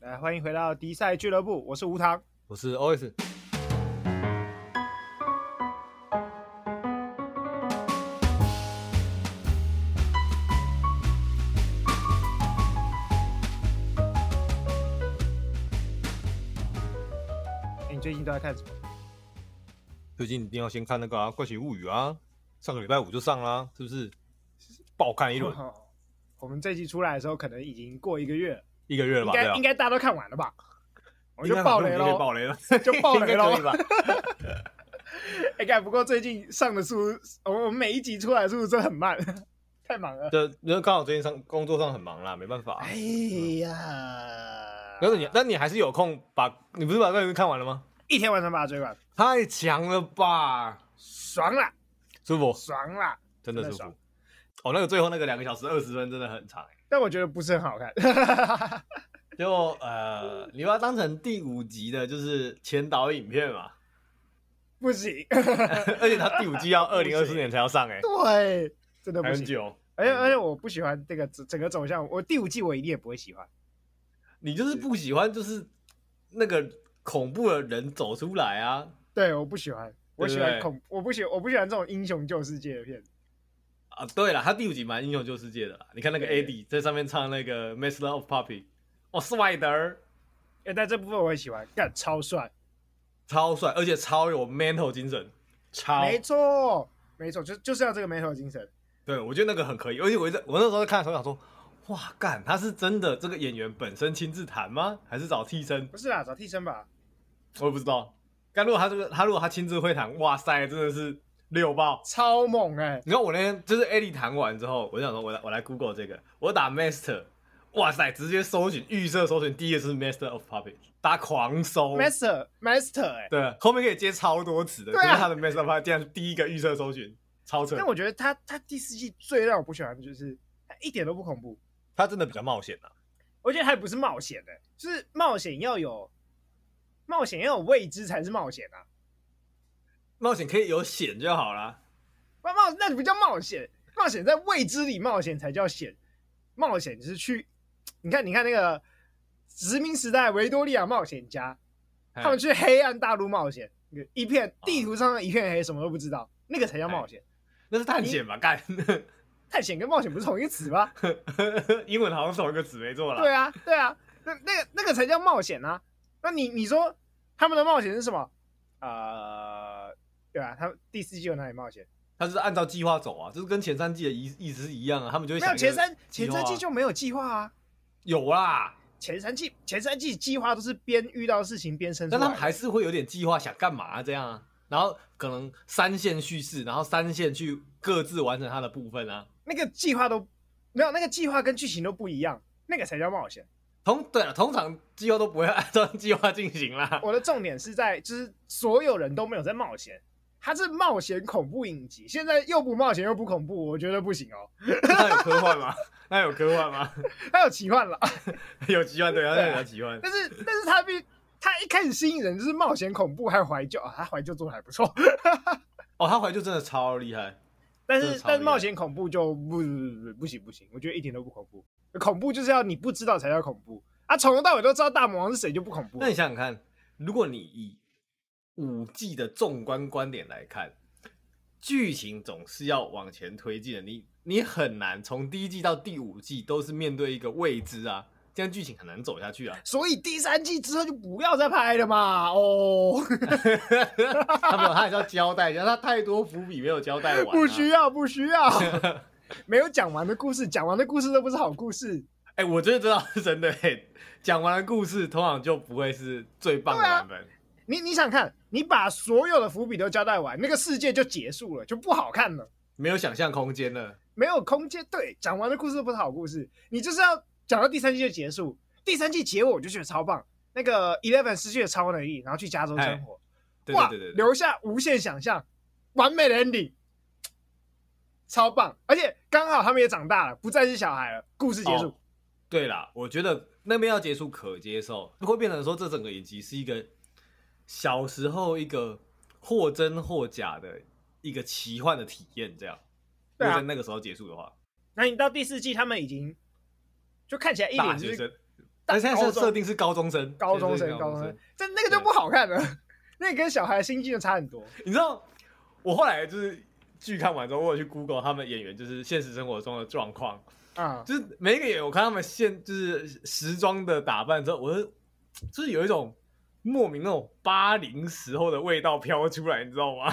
来，欢迎回到迪赛俱乐部，我是吴糖。我是 OS。哎，你最近都在看什么？，最近一定要先看那个啊，《怪奇物语》啊，上个礼拜五就上啦，是不是？爆看一轮 我们这集出来的时候，可能已经过一个月了，一个月了应吧？对该啊应，该大家都看完了吧？我就哦应该爆很雷容易就可喽，以爆雷了， 就爆雷哦 应该可以喽。吧？哎，干不过最近上的速度，我们每一集出来的速度真的很慢， 太忙了。这因为刚好最近上工作上很忙啦，没办法。哎呀，但是啊你，但你还是有空把，你不是把《怪奇物语》看完了吗？一天晚上把它追完，太强了吧，爽啦，舒服，爽啦！真的真的舒服爽。哦，那个最后那个两个小时二十分真的很长、欸，但我觉得不是很好看。 就呃，你把它当成第五集的，就是前导影片嘛， 不行， 而且它第五季要二零二四年才要上、欸，对，真的还不很行。久。而且而且我不喜欢这个整整个走向，我第五季我一定也不会喜欢。你就是不喜欢，就是那个恐怖的人走出来啊对，我不喜欢，我喜欢对恐，我不喜我不喜欢这种英雄救世界的片子。啊！对了，他第五集蛮英雄救世界的啦，你看那个对 AD 在上面唱那个《m a s t e r of Puppy》，哦，帅的儿，哎，但这部分我也喜欢，干超帅，超帅，而且超有 mental 精神，超没错没错，就就是要这个没头精神。对，我觉得那个很可以，而且我在我那时候在看的时候想说，哇，干，他是真的这个演员本身亲自弹吗？还是找替身？不是啦，找替身吧。我也不知道。但如果他这个他如果他亲自会弹，哇塞，真的是六爆！超猛哎、你知道我那天就是 Eddie 弹完之后，我就想说我来我来 Google 这个，我打 Master，哇塞，直接搜寻预设搜寻第一个是 Master of Puppet，大家狂搜 m a s t e r Master 哎、对，后面可以接超多词的，对啊可是他的 Master of Puppet 竟然是第一个预设搜寻，超扯但。我觉得他他第四季最让我不喜欢的就是他一点都不恐怖，他真的比较冒险啊，我觉得还不是冒险的、就是冒险要有冒险要有未知才是冒险啊。冒险可以有险就好啦。冒冒那不叫冒险，冒险在未知里冒险才叫险。冒险就是去，你看，你看那个殖民时代维多利亚冒险家，哎他们去黑暗大陆冒险，一哦片地图上的一片黑，什么都不知道，那个才叫冒险。那是探险吧？干， 探险跟冒险不是同一个词吗？英文好像同一个词没错啦。对啊，对啊，那那个那个才叫冒险啊。那你你说他们的冒险是什么？呃，对啊，他们第四季有哪里冒险？他就是按照计划走啊，就是跟前三季的意意思是一样啊。他们就会没想有一个前三计前划啊三季就没有计划啊。有啦，前三季前三季计划都是边遇到事情边生出但来的，他们还是会有点计划，想干嘛、这样啊。然后可能三线叙事，然后三线去各自完成它的部分啊。那个计划都没有，那个计划跟剧情都不一样，那个才叫冒险。通对了，通常计划都不会 按照计划进行啦。我的重点是在就是所有人都没有在冒险，它是冒险恐怖影集，现在又不冒险又不恐怖，我觉得不行哦。那有科幻吗？那有科幻吗？ 它有奇幻了， 有奇幻对啊，那有奇幻。但是但是它比它一开始吸引人就是冒险恐怖还有怀旧啊，它怀旧做的还不错，哦，他怀旧真的超厉害。但真是的超厉害但是冒险恐怖就不不不行不行，我觉得一点都不恐怖，恐怖就是要你不知道才叫恐怖。啊，从头到尾都知道大魔王是谁就不恐怖了。那。你想想看，如果你以五季的纵观观点来看，剧情总是要往前推进的，你你很难从第一季到第五季都是面对一个未知啊，这样剧情很难走下去啊所以第三季之后就不要再拍了嘛。哦，他没有，他还是要交代一下，他太多伏笔没有交代完、啊。不需。要，不需要，没有讲完的故事，讲完的故事都不是好故事。哎、我觉得这倒是真的、欸。讲完了故事，通常就不会是最棒的对啊版本。你你想看，你把所有的伏笔都交代完，那个世界就结束了，就不好看了，没有想象空间了，没有空间。对，讲完的故事都不是好故事，你就是要讲到第三季就结束。第三季结尾我就觉得超棒，那个 Eleven 失去了超能力，然后去加州生活，对哇对对对，对，留下无限想象，完美的 ending，超棒！而且刚好他们也长大了，不再是小孩了，故事结束。哦对啦，我觉得那边要结束可接受，会变成说这整个影集是一个小时候一个或真或假的一个奇幻的体验，这样。对啊如果在那个时候结束的话，那你到第四季，他们已经就看起来一大脸就是学生那现在设高中设定是高中生，高中现在生设定高高中生生，，这那个就不好看了， 那个跟小孩的心境就差很多。你知道，我后来就是剧看完之后，我有去 Google 他们演员就是现实生活中的状况，啊、就是每一个演员，我看他们现就是时装的打扮之后，我就就是有一种莫名那种八零时候的味道飘出来，你知道吗？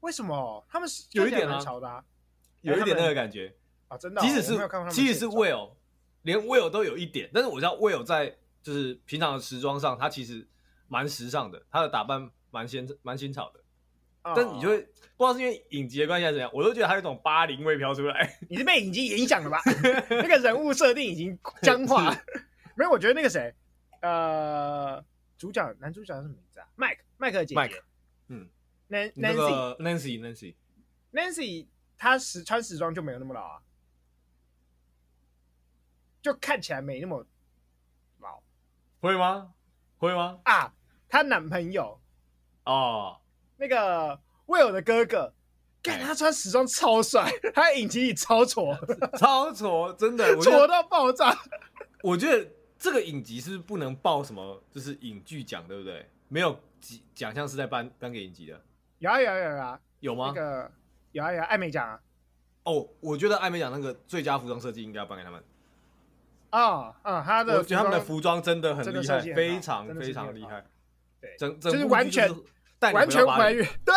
为什么他们是有一点啊看起来蛮潮的啊？ 有一点那个感觉，啊，真的哦、 即使是我没有看过他们即使是现场 Will，连 Will 都有一点，但是我知道 Will 在就是平常的时装上，他其实蛮时尚的，他的打扮蛮新蛮新潮的。啊但你就会不知道是因为影集的关系还是怎样，我都觉得他有一种八零味飘出来。你是被影集影响了吧？ 那个人物设定已经僵化 了。没有，我觉得那个谁，呃，主角男主角叫什么名字啊？麦克，麦克姐姐。 Mike，嗯，Nan 那 Nancy、个 Nancy Nancy， Nancy，她时穿时装就没有那么老啊，就看起来没那么老会吗？会吗？啊。她男朋友哦，那个 Will 的哥哥，干哎他穿时装超帅，他在影集里超挫，超挫，真的，我觉挫得到爆炸。我觉得这个影集是不是不能报什么就是影剧奖，对不对？没有奖奖项是在颁颁给影集的，有啊有啊有啊有啊，有吗？那个有啊有啊，艾美奖啊。哦，我觉得艾美奖那个最佳服装设计应该要颁给他们，哦，嗯，他的我觉得他们的服服装真的很真的厉设害，计很好非常真的设非计常很厉好害，对整整就是部剧完全带你完回全到巴黎还原，对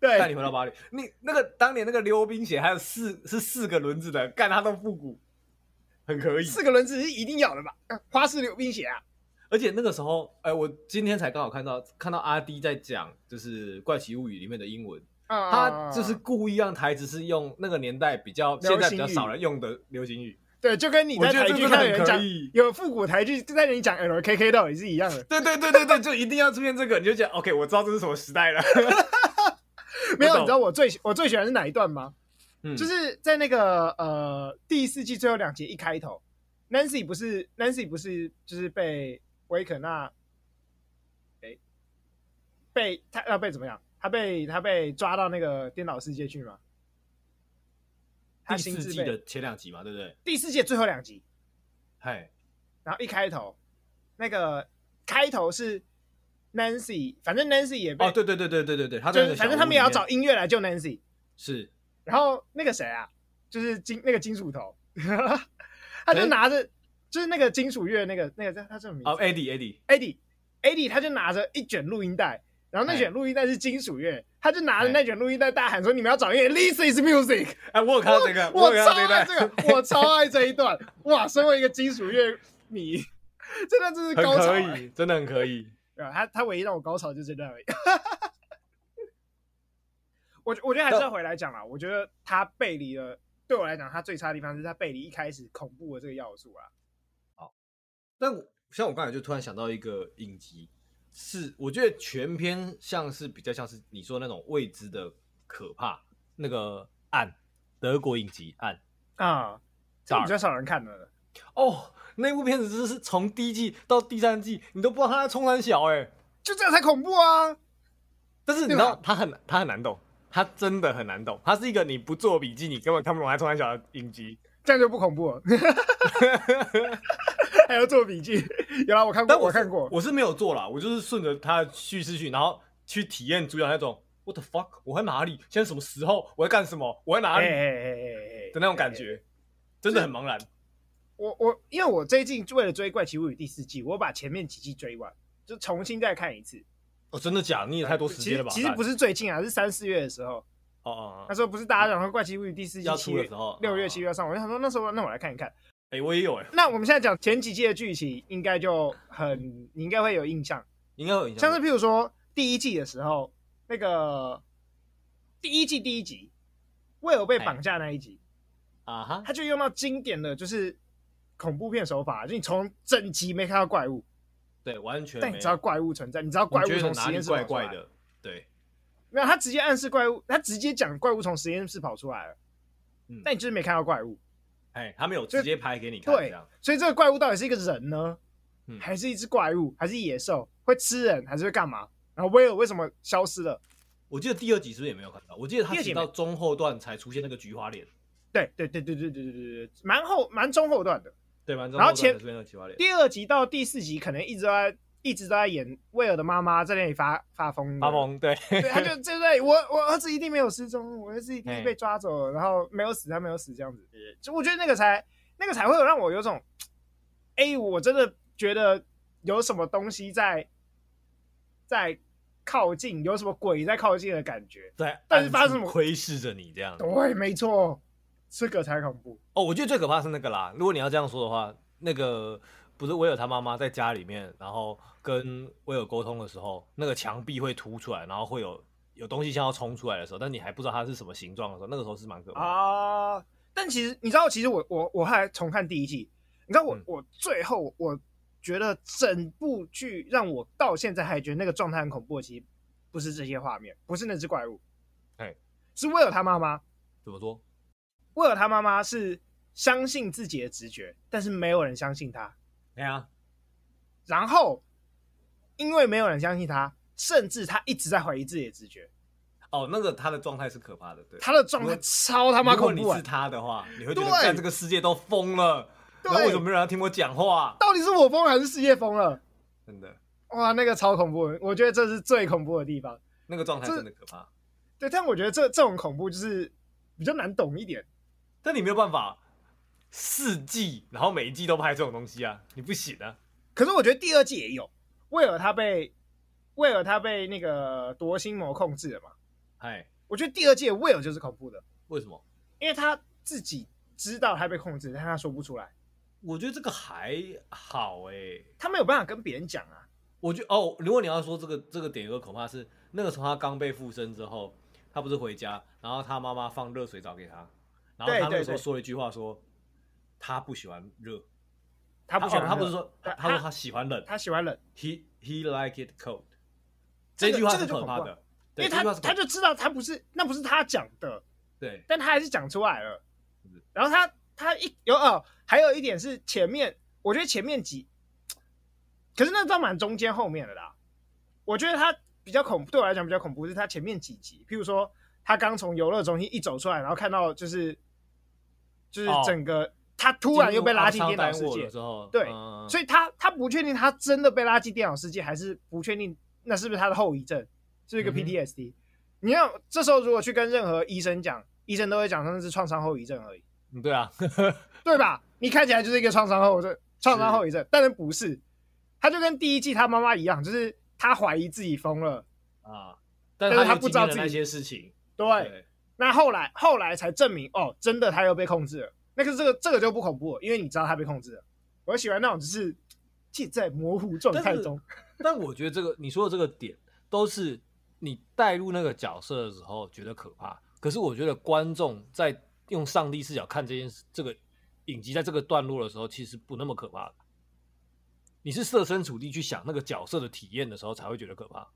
带对，你回到巴黎。你那个当年那个溜冰鞋还有四是四个轮子的，干它都复古，很可以。四个轮子是一定要的吧？呃花式溜冰鞋啊，而且那个时候，哎、我今天才刚好看到看到阿 D 在讲就是《怪奇物语》里面的英文，啊他就是故意让台词是用那个年代比较流行现语在比较少人用的流 行语。对，就跟你在我觉台得剧这个看到很有人讲可以有复古台剧，就在你讲 L K K 道理是一样的，对对对对对，就一定要出现这个，你就讲 OK，我知道这是什么时 代了。没有，懂你知道我最我最喜欢是哪一段吗？嗯，就是在那个呃第四季最后两集一开头，Nancy 不是 Nancy 不是就是被维可纳，哎，被他要被怎么样？他被他被抓到那个颠倒世界去吗？他第心四智季被的前两集嘛，对不对？第四季的最后两集，嗨，然后一开头那个开头是 Nancy，反正 Nancy 也被、哦，对对对对对对对，他在就是那个反小正他屋们里也要面找音乐来救 Nancy，是然后那个谁啊，就是金那个金属头， 他就谁拿着就是那个金属乐那个那个叫他叫什么哦名字，Eddie Eddie。 ？Eddie Eddie，他就拿着一卷录音带，然后那哎卷录音带是金属乐，他就拿着哎那卷录音带大喊说：“你们要找音乐，This is music。哎，我有看到这个，” 我有超看到一爱段这个，我超爱这一段。哇，身为一个金属乐迷， 这段真是高 很潮、可欸。以，真的很可以。对啊，他他唯一让我高潮就这段而已。我我觉得还是要回来讲啦，我觉得他背离了，对我来讲，他最差的地方是他背离一开始恐怖的这个要素啊。但我像我刚才就突然想到一个影集，是我觉得全篇像是比较像是你说那种未知的可怕那个暗德国影集暗啊，这个比较少人看的。哦，那部片子真的是从第一季到第三季，你都不知道他在冲三小哎、就这样才恐怖啊！但是你对知吧道他很他很难懂，他真的很难懂，他是一个你不做笔记你根本看不懂他冲三小的影集。这样就不恐怖 了，还要做笔记。有啦，我看过，但我我看过。我是没有做啦，我就是顺着他的叙事去，然后去体验主角那种 what the fuck，我在哪里？现在什么时候？我在干什么？我在哪哎里？哎哎哎哎的那种感。觉，真的很茫然。我我因为我最近为了追《怪奇物语》第四季，我把前面几季追完，就重新再看一次。哦，真的假的？你也太多时间了吧？其实其实不是，是最近啊，是三四月的时候，哦哦那哦，时候不是大家讲说《怪奇物语》第四季要七出的月时候，六月哦七月，要上，我就想说那时候那我来看一看。哎，我也有哎，那我们现在讲前几季的剧情，应该就很你应该会有印象，应该有影响像吧。是譬如说第一季的时候，那个第一季第一集，威尔被绑架那一集，啊哈，他就用到经典的就是恐怖片手法，就你从整集没看到怪物，对，完全但没你有。知道怪物存在，你知道怪你物觉得从哪实里验室跑怪出来怪，的？对，没有，他直接暗示怪物，他直接讲怪物从实验室跑出来了，嗯但你就是没看到怪物。哎，他没有就直接拍给你看，这对样，所以这个怪物到底是一个人呢，嗯还是一只怪物，还是野兽？会吃人，还是会干嘛？然后威尔为什么消失了？我记得第二集是不是也没有看到？我记得他第二集直到中后段才出现那个菊花脸。对对对对对对对对对，蛮后蛮中后段的，对吧？然后前这边有企划脸，第二集到第四集可能一直都在一直都在演威尔的妈妈在那里发发疯，阿，蒙对，对，他就就在我我儿子一定没有失踪，我儿子一定是被哎抓走了，然后没有死，他没有死这样子，就我觉得那个才那个才会有让我有种，哎，我真的觉得有什么东西在在靠近，有什么鬼在靠近的感觉。 在但是发生暗什处么窥视着你这样。对，没错，这个才恐怖。哦，我觉得最可怕是那个啦。如果你要这样说的话，那个不是威尔他妈妈在家里面，然后跟威尔沟通的时候，那个墙壁会凸出来，然后会有有东西像要冲出来的时候，但你还不知道它是什么形状的时候，那个时候是蛮可怕的。啊、但其实你知道，其实我我我后来重看第一季，你知道我、嗯我最后我觉得整部剧让我到现在还觉得那个状态很恐怖，其实不是这些画面，不是那只怪物，哎，是威尔他妈妈。怎么说？威尔他妈妈是相信自己的直觉，但是没有人相信他。对啊，然后因为没有人相信他，甚至他一直在怀疑自己的直觉，哦，那个他的状态是可怕的，对。他的状如态果超他妈如果恐你怖、啊是！他的话，你会觉得对干这个世界都疯了，然后为什么没有人要听我讲话？到底是我疯了还是世界疯了？真的，哇，那个超恐怖的，我觉得这是最恐怖的地方。那个状态这真的可怕。对，但我觉得这这种恐怖就是比较难懂一点。但你没有办法四季，然后每一季都拍这种东西啊，你不行啊。可是我觉得第二季也有，威尔他被威尔他被那个夺心魔控制了嘛。哎，我觉得第二季的威尔就是恐怖的，为什么？因为他自己知道他被控制，但他说不出来，我觉得这个还好哎、他没有办法跟别人讲啊。我觉得哦，如果你要说这个这个点有个可怕是，那个时候他刚被附身之后，他不是回家，然后他妈妈放热水澡给他，然后对他那对个时候对说了一句话说，他不喜欢热，他不喜哦欢他不热是说他他他说他喜欢冷他喜欢冷， ，he he like it cold，这这个句话这是个就可怕恐怖的，因对为这句他话是他可就知道他不是那不是他讲的，对但他还是讲出来了是。然后他他一有哦，还有一点是前面，我觉得前面几，可是那倒蛮中间后面的啦。我觉得他比较恐怖，对我来讲比较恐怖是他前面几集，譬如说他刚从游乐中心一走出来，然后看到就是就是哦整个、他突然又被拉进进电脑世界的时，候，对嗯所以他他不确定他真的被拉进电脑世界，还是不确定那是不是他的后遗症，是一个嗯哼 PTSD。你要这时候如果去跟任何医生讲，医生都会讲那是创伤后遗症而已，嗯对 啊，对吧？你看起来就是一个创伤后遗症，创伤后遗症，但是不是？他就跟第一季他妈妈一样，就是他怀疑自己疯了。啊，但但是他他又不经知道历了自那己些事情，对，对，那后来后来才证明，哦，真的他又被控制了。那个这个这个就不恐怖了，因为你知道他被控制了。我喜欢那种就是介在模糊状态但是中，但我觉得这个你说的这个点，都是你带入那个角色的时候觉得可怕。可是我觉得观众在用上帝视角看这件事，这个影集在这个段落的时候，其实不那么可怕的。你是设身处地去想那个角色的体验的时候，才会觉得可怕。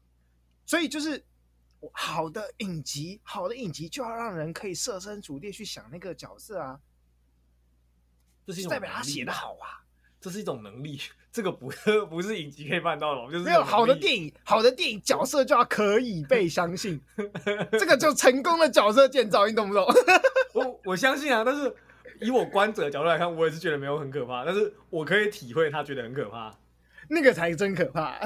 所以就是好的影集，好的影集就要让人可以设身处地去想那个角色啊，这是一就种代表他能力写的吧，好啊。这是一种能力， 这个不是不是影集可以办到的，就是没有好的影，电影，好的电影角色就要可以被相 信，这个就成功的角色建造，你懂不懂？ 我我相信啊，但是以我观者的角度来看，我也是觉得没有很可怕，但是我可以体会他觉得很可怕，那个才真可怕。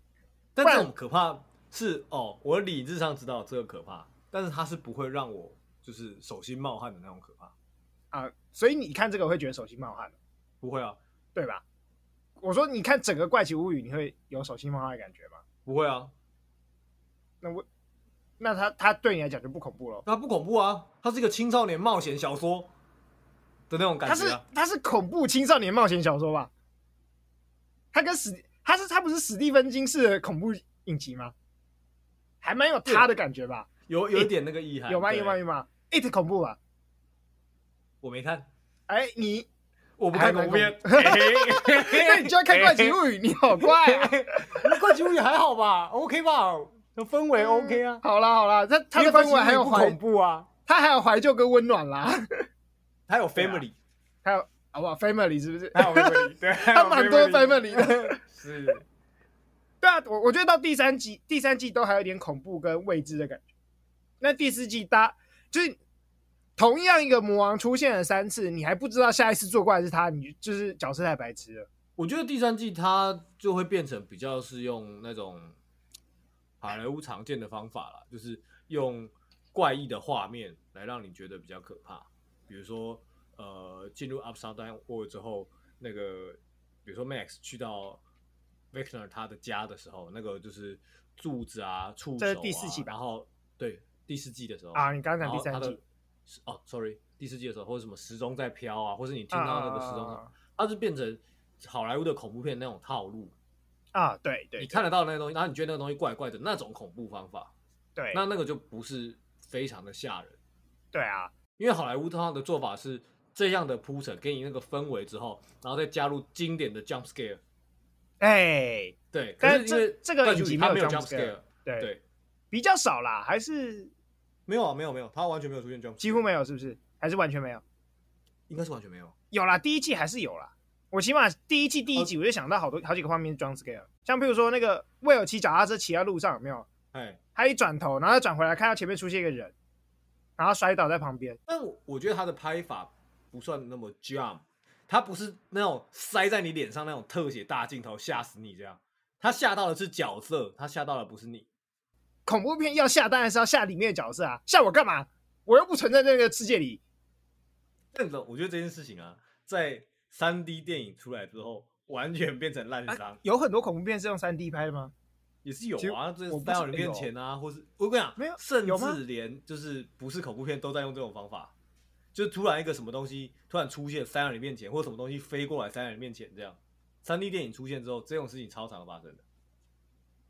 但不然这种可怕是哦，我理智上知道这个可怕，但是它是不会让我就是手心冒汗的那种可怕，啊，所以你看这个会觉得手心冒汗，不会啊，对吧？我说你看整个《怪奇物语》，你会有手心冒汗的感觉吗？不会啊，那我，那他他对你来讲就不恐怖咯。它不恐怖啊，它是一个青少年冒险小说的那种他感是觉啊，他是恐怖青少年冒险小说吧？他跟史他是他不是史蒂芬金式的恐怖影集吗？还蛮有他的感觉吧？有有一点那个意涵，有吗？啊对有吗？有吗？It 恐怖吧？我没看。哎，你我不看还蛮恐怖片，那 你就要看《怪奇物语》，你好怪 啊！ 怪奇物语还好吧？OK 吧？那氛围 OK 啊，好啦好啦，他嗯他因为的怪奇氛物围语还有不怀恐，怖啊。他还有怀旧跟温暖啦， 还有 Family，还有好不好？Family 是不是？还有 Family，对， 他蛮多 Family 的。 是，对啊，我我觉得到第三季，第三季都还有点恐怖跟未知的感觉。那第四季大就是同样一个魔王出现了三次，你还不知道下一次做怪是他，你就是角色太白痴了。我觉得第三季它就会变成比较是用那种好莱坞常见的方法啦，就是用怪异的画面来让你觉得比较可怕。比如说，呃，进入 Upside Down World 之后，那个比如说 Max 去到 Vector 他的家的时候，那个就是柱子啊、触手、啊，这是第四季吧然后对第四季的时候啊你刚刚讲然后第三他的季是哦，sorry，第四季的时候，或者什么时钟在飘啊，或是你听到那个时钟啊在它就变成好莱坞的恐怖片那种套路，啊，对对你看得到那个东西，然后你觉得那个东西怪怪的那种恐怖方法，对，那那个就不是非常的吓人，对啊，因为好莱坞通常的做法是这样的铺陈，给你那个氛围之后，然后再加入经典的 jump scare，哎，对，可但是因这为这个断影句集它没没有 jump jump scare scare，对，对，比较少啦，还是没有啊，没有没有，它完全没有出现 jump，scare 几乎没有，是不是？还是完全没有？应该是完全没有，有啦，第一季还是有啦。我起码第一季第一哦集我就想到好多好几个画面是 jump scare，像譬如说那个威尔骑脚踏车骑在路上有没有？哎，他一转头，然后他转回来看到前面出现一个人，然后摔倒在旁边。但我我觉得它的拍法不算那么 jump，它不是那种塞在你脸上那种特写大镜头吓死你这样，它吓到的是角色，它吓到的不是你。恐怖片要吓当然是要吓里面的角色啊，吓我干嘛？我又不存在那个世界里。但我觉得这件事情啊，在三 D 电影出来之后，完全变成烂伤，有很多恐怖片是用三 D 拍的吗？也是有其实啊，这我不在知你道面前啊，或是我跟你讲，没有甚有吗至连就是不是恐怖片都在用这种方法，就是突然一个什么东西突然出现塞到你面前，或者什么东西飞过来塞到你面前这样。三 D 电影出现之后，这种事情超常发生的。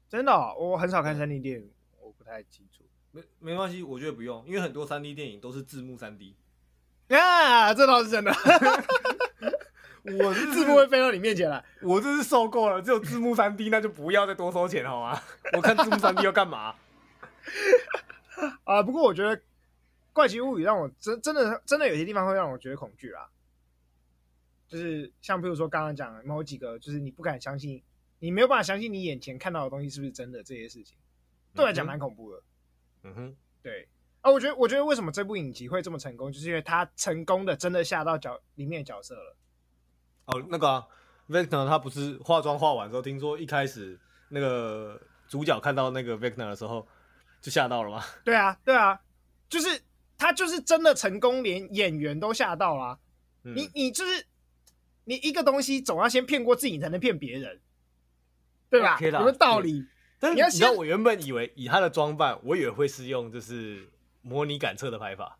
真的哦、我很少看三 D 电影，我不太清楚。 没没关系，我觉得不用，因为很多三 D 电影都是字幕三 D。啊，这倒是真的，我是字幕会飞到你面前来。我这是受够了，只有字幕三 D，那就不要再多收钱好吗？我看字幕三 D 要干嘛？啊、不过我觉得《怪奇物语》让我真真的真的有些地方会让我觉得恐惧啊，就是像比如说刚刚讲的某几个，就是你不敢相信，你没有办法相信你眼前看到的东西是不是真的这些事情， 对我啊来讲蛮恐怖的。嗯哼，对啊，我觉得我觉得为什么这部影集会这么成功，就是因为它成功的真的吓到角里面的角色了。哦，那个、啊、Vector 他不是化妆化完之后，听说一开始那个主角看到那个 Vector 的时候就吓到了吗？ 对啊，对啊，就是他就是真的成功，连演员都吓到啦、嗯你你就是你一个东西总要先骗过自己，你才能骗别人，对吧？ OK 啦有没有道理？但是你要你知道，先我原本以为以他的装扮，我以为会是用就是模拟感测的拍法。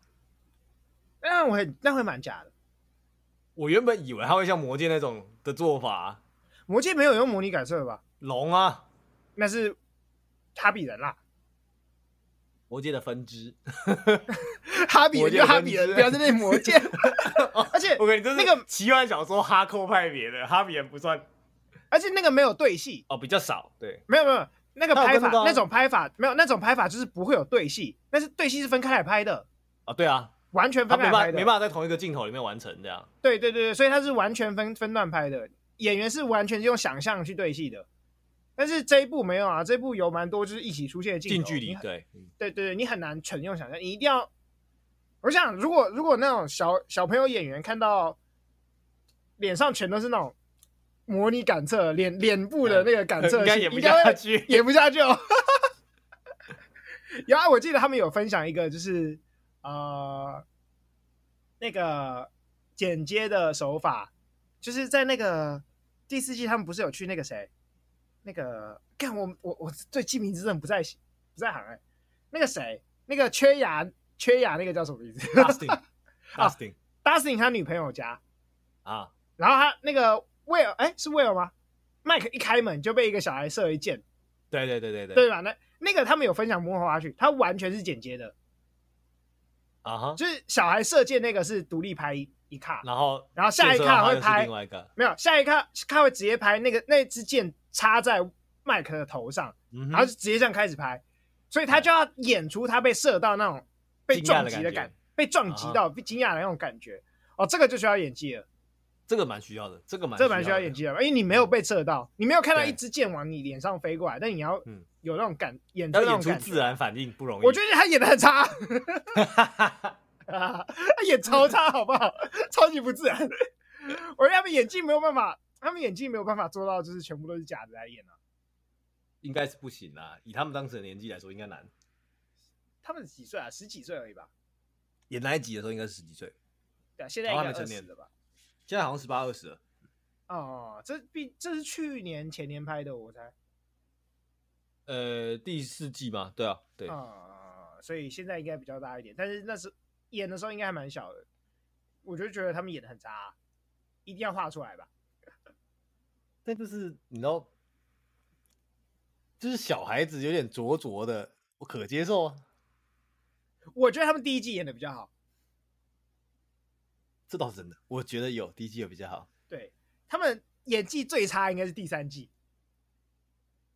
那我很那会蛮假的。我原本以为他会像魔戒那种的做法，魔戒没有用模拟感测吧？龙啊，那是哈比人啦，魔戒的分支。哈比人就哈比人，魔戒的分支不要在那里魔 戒。而 且我跟你这是那个奇幻小说哈扣派别的，哈比人不算而且那个没有对戏，哦，比较少。对，没有没有，那个那有拍跟法那个啊种拍法没有那种拍法就是不会有对戏，但是对戏是分开来拍的，哦，对啊，完全他分没开来办法拍没的。办法在同一个镜头里面完成这样。对对对对，所以它是完全分分段拍的，演员是完全是用想象去对戏的。但是这一部没有啊，这一部有蛮多就是一起出现的镜头近距离你很对，对对对，你很难纯用想象，你一定要。我想，如果如果那种小小朋友演员看到脸上全都是那种模拟感测脸脸部的那个感测器，啊应该演不应该会 下去。演不下去哦。然后我记得他们有分享一个，就是呃，那个剪接的手法，就是在那个第四季，他们不是有去那个谁，那个干我我我对记名字真的不在不在行哎、那个谁，那个缺牙缺牙那个叫什么名字 Dustin，Dustin ？Dustin 他女朋友家，啊，然后他那个威尔哎是威尔吗？麦克一开门就被一个小孩射一箭，对对对对对吧？那那个他们有分享幕后花絮，他完全是剪接的，啊哈。就是小孩射箭那个是独立拍一卡，然后然后下一健身卡房会又是拍另外一个，没有下一卡他会直接拍那个那支箭插在麦克的头上，嗯然后哼就直接这样开始拍，所以他就要演出他被射到那种被惊讶撞的击的感感觉，啊被撞击到被惊讶的那种感觉。哦，这个就需要演技了，这个蛮需要的，这个蛮这蛮需要的嗯演。技的，因为你没有被射到，你没有看到对一支箭往你脸上飞过来，但你要嗯有那种感，演出要那演种出感自觉。然反应不容 易。我觉得他演的很差。得，啊，演超差，好不好？ 超级不自然。 我觉得他们演技没有办法，他们演技没有办法做到，就是全部都是假的来演啊。 应该是不行啦。以他们当时的年纪来说，应该难。他们几岁啊？十几岁而已吧？演那一集的时候应该是十几岁，对啊，现在应该然哦后二他们成十年了吧？现在好像十八二十了。哦，这毕这是去年前年拍的，我猜。呃，第四季嘛，对啊，对，啊、所以现在应该比较大一点，但是那时演的时候应该还蛮小的，我就觉得他们演的很渣、一定要画出来吧？但就是你知道，就是小孩子有点灼灼的，我可接受啊，我觉得他们第一季演的比较好，这倒是真的。我觉得有第一季有比较好，对他们演技最差应该是第三季，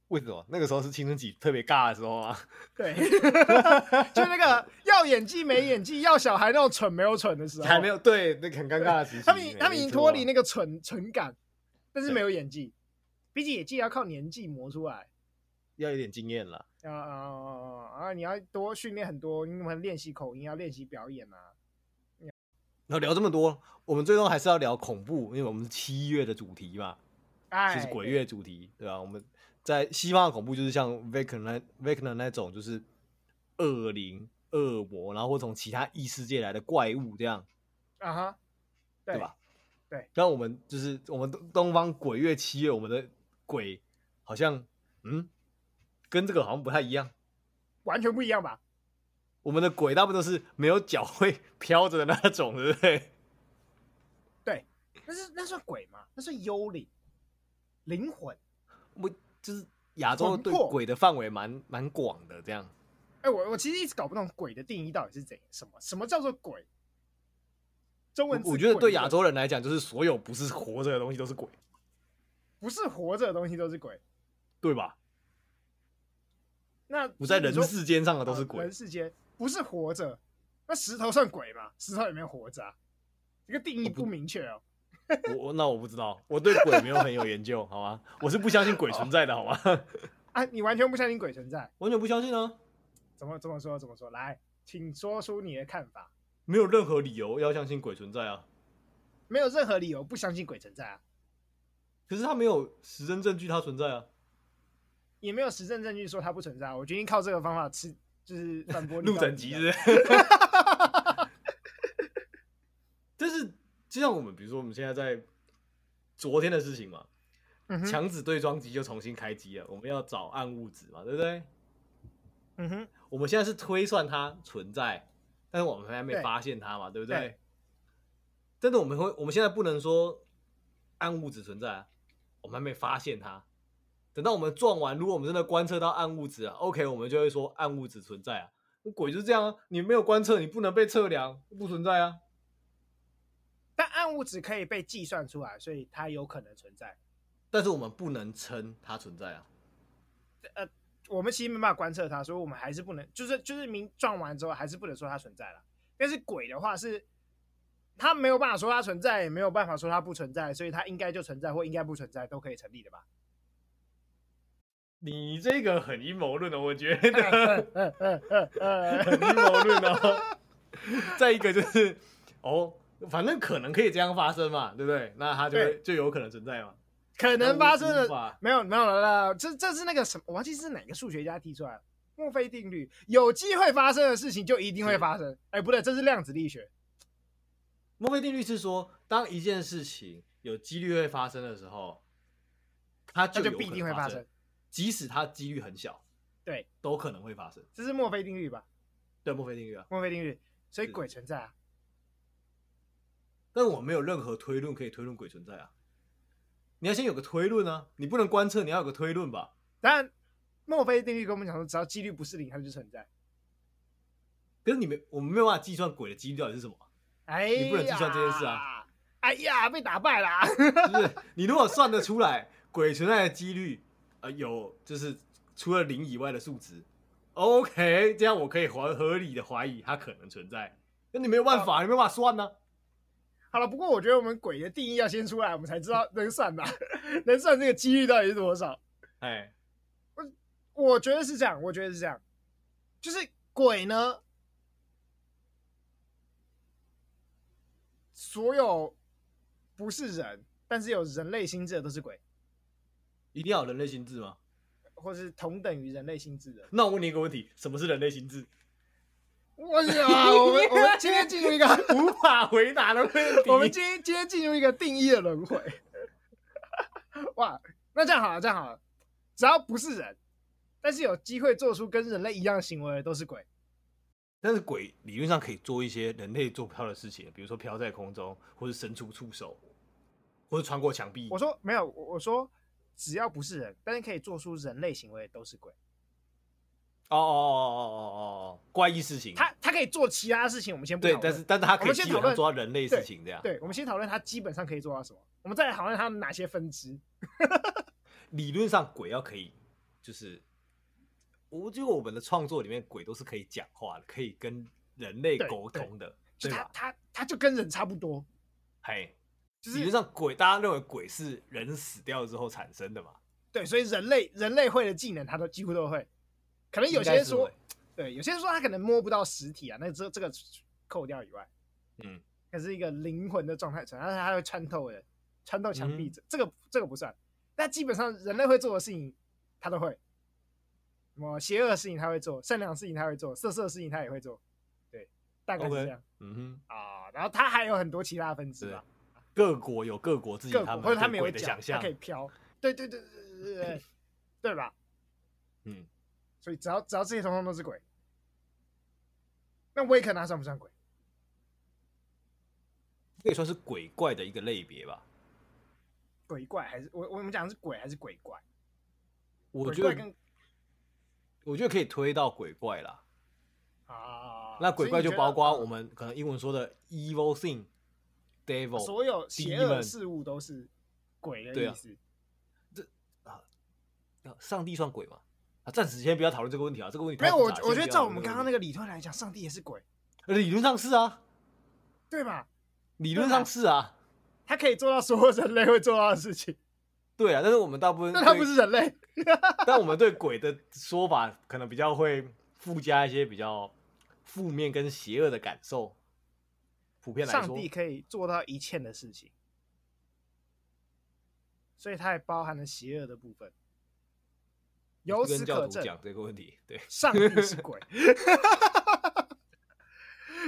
为什么？那个时候是青春期特别尬的时候啊。对， 就那个要演技没演技，要小孩那种蠢没有蠢的时候，还没有对，那个很尴尬的时期。他们已他们已经脱离那个，个蠢蠢感，但是对没有演技，毕竟演技要靠年纪磨出来。要有点经验了。啊啊啊啊啊！你要多训练很多，你们练习口音，要练习表演啊。然后聊这么多，我们最终还是要聊恐怖，因为我们是七月的主题嘛，哎，就是鬼月主题，对吧、我们在西方的恐怖就是像 Vecna 那 Vecna 那种，就是恶灵、恶魔，然后或从其他异世界来的怪物这样，啊哈，对对吧？对。然后我们就是我们东东方鬼月七月，我们的鬼好像嗯，跟这个好像不太一样。完全不一样吧？我们的鬼大部分都是没有脚会飘着的那种，对不对？那是那算鬼吗？那算幽灵、灵魂。我就是亚洲魂对魄鬼的范围蛮蛮广的，这样哎、我我其实一直搞不懂鬼的定义到底是怎什么？什么叫做鬼？中我文字我觉得鬼对这亚个洲人来讲，就是所有不是活着的东西都是鬼，不是活着的东西都是鬼。对吧？那不在你人说世间上的都啊是鬼人，世间不是活着，那石头算鬼吗？石头有没有活着啊？这个定义哦不不明确哦。我我那我不知道，我对鬼没有很有研究，好吗？我是不相信鬼存在的，好吗？啊，你完全不相信鬼存在？ 完全不相信啊，怎么怎么说？怎么说？来，请说出你的看法。没有任何理由要相信鬼存在啊。没有任何理由不相信鬼存在啊，可是他没有实证证据它存 在啊，也没有实证证据说它不存在啊。我决定靠这个方法吃，就是反驳你 路到底整集是是不不是是。但是就像我们，比如说我们现在在昨天的事情嘛，嗯哼强子对撞机就重新开机了，我们要找暗物质嘛，对不对？嗯哼，我们现在是推算它存在，但是我们还没对发现它嘛，对不对？对但是我们会，我们现在不能说暗物质存在啊，我们还没发现它。等到我们撞完，如果我们真的观测到暗物质啊，OK，我们就会说暗物质存在啊。鬼就是这样啊，你没有观测，你不能被测量，不存在啊。但暗物质可以被计算出来，所以它有可能存在。但是我们不能称它存在啊。我们其实没办法观测它，所以我们还是不能，就是就是明撞完之后还是不能说它存在了。但是鬼的话是，它没有办法说它存在，也没有办法说它不存在，所以它应该就存在或应该不存在都可以成立的吧？ 你这个很阴谋论的，啊我觉 得嗯嗯嗯嗯嗯很阴谋论哦。 再一个就是，哦，反正可能可以这样发生嘛，对不对？那它就会对就有可能存在嘛。可能发生无的法没有没有了啦，这这是那个什么，我忘记是哪个数学家提出来的墨菲定律，有机会发生的事情就一定会发生。哎，不对，这是量子力学。墨菲定律是说，当一件事情有几率会发生的时候，它就那就有可能必定会发发生，即使它几率很小，对，都可能会发生。这是墨菲定律吧？对，墨菲定律啊。墨菲定律，所以是鬼存在啊。但我没有任何推论可以推论鬼存在啊。你要先有个推论啊，你不能观测，你要有个推论吧？当然，墨菲定律跟我们讲说，只要几率不是零，它就存在。可是你没，我们没有办法计算鬼的几率到底是什么啊，哎，你不能计算这件事啊！哎呀，被打败啊啦！就是你如果算得出来鬼存在的几率，呃，有就是除了零以外的数值，OK，这样我可以合合理的怀疑它可能存在。那你没有办法，你没有办法算呢、 好了，不过我觉得我们鬼的定义要先出来，我们才知道能算吧， 能算这个几率到底是多少。哎，我觉得是这样，我觉得是这样，就是鬼呢，所有不是人，但是有人类心智的都是鬼，一定要有人类心智吗？或是同等于人类心智的。那我问你一个问题：什么是人类心智？我啊，我们我们今天进入一个，无法回答的问题。我们今天今天进入一个定义的轮回。 哇，那这样好了，这样好了，只要不是人，但是有机会做出跟人类一样行为的都是鬼。但是鬼理论上可以做一些人类做不到的事情，比如说飘在空中，或是伸出触手，或是穿过墙壁我。说没有，我我说只要不是人，但是可以做出人类行为的都是鬼。哦哦哦哦哦哦哦，怪异事情。他他可以做其他事情，我们先不讨对，论但是但是他可我以们先基讨本论上做到人类事情这样。，对，我们先讨论他基本上可以做到什么，我们再来讨论他们哪些分支。理论上鬼要可以，就是我觉得我们的创作里面鬼都是可以讲话的，可以跟人类对沟通的，就对他吧？他他就跟人差不多，嘿，就理是论上鬼，大家认为鬼是人死掉之后产生的嘛？对，所以人类人类会的技能他都几乎都会，可哎能有些应该人是说会，对，有些人说他可能摸不到实体啊，那这这个扣掉以外，嗯，可是一个灵魂的状态存在，但是它会穿透的，穿透墙壁，嗯这这个这个不算。那基本上人类会做的事情，他都会，什么邪恶的事情他会做，善良的事情他会做，色色的事情他也会做，对，大概是 OK 这样嗯哼，啊。然后他还有很多其他的分支是吧，各国有各国自己各国他们或者他对们鬼有的脚，想他象可，以飘，对对对对对对对对，对吧？嗯，所以只要只要这些通通都是鬼，那威克纳算不算鬼？这也算是鬼怪的一个类别吧？鬼怪还是我我们讲的是鬼还是鬼怪？我鬼觉怪得跟我觉得可以推到鬼怪啦。啊，那鬼怪就包括我们们可能英文说的 evil thing、devil，啊所有邪恶 demon 的事物都是鬼的意思。啊上帝算鬼吗？啊，暂时先不要讨论这个问题啊，这个问题没有我，我觉得照照我们刚刚那个个理论来讲，上帝也是鬼，问题理论上是啊，对吧？理论上是啊，他可以做到所有人类会做到的事情，对啊，但是我们大部分但他对不是，啊人类。但我们对鬼的说法可能比较会附加一些比较负面跟邪恶的感受，普遍来上说，帝可以做到一切的事情，所以它也包含了邪恶的部分。由跟此教可徒证，讲这个问题，对，上帝是鬼。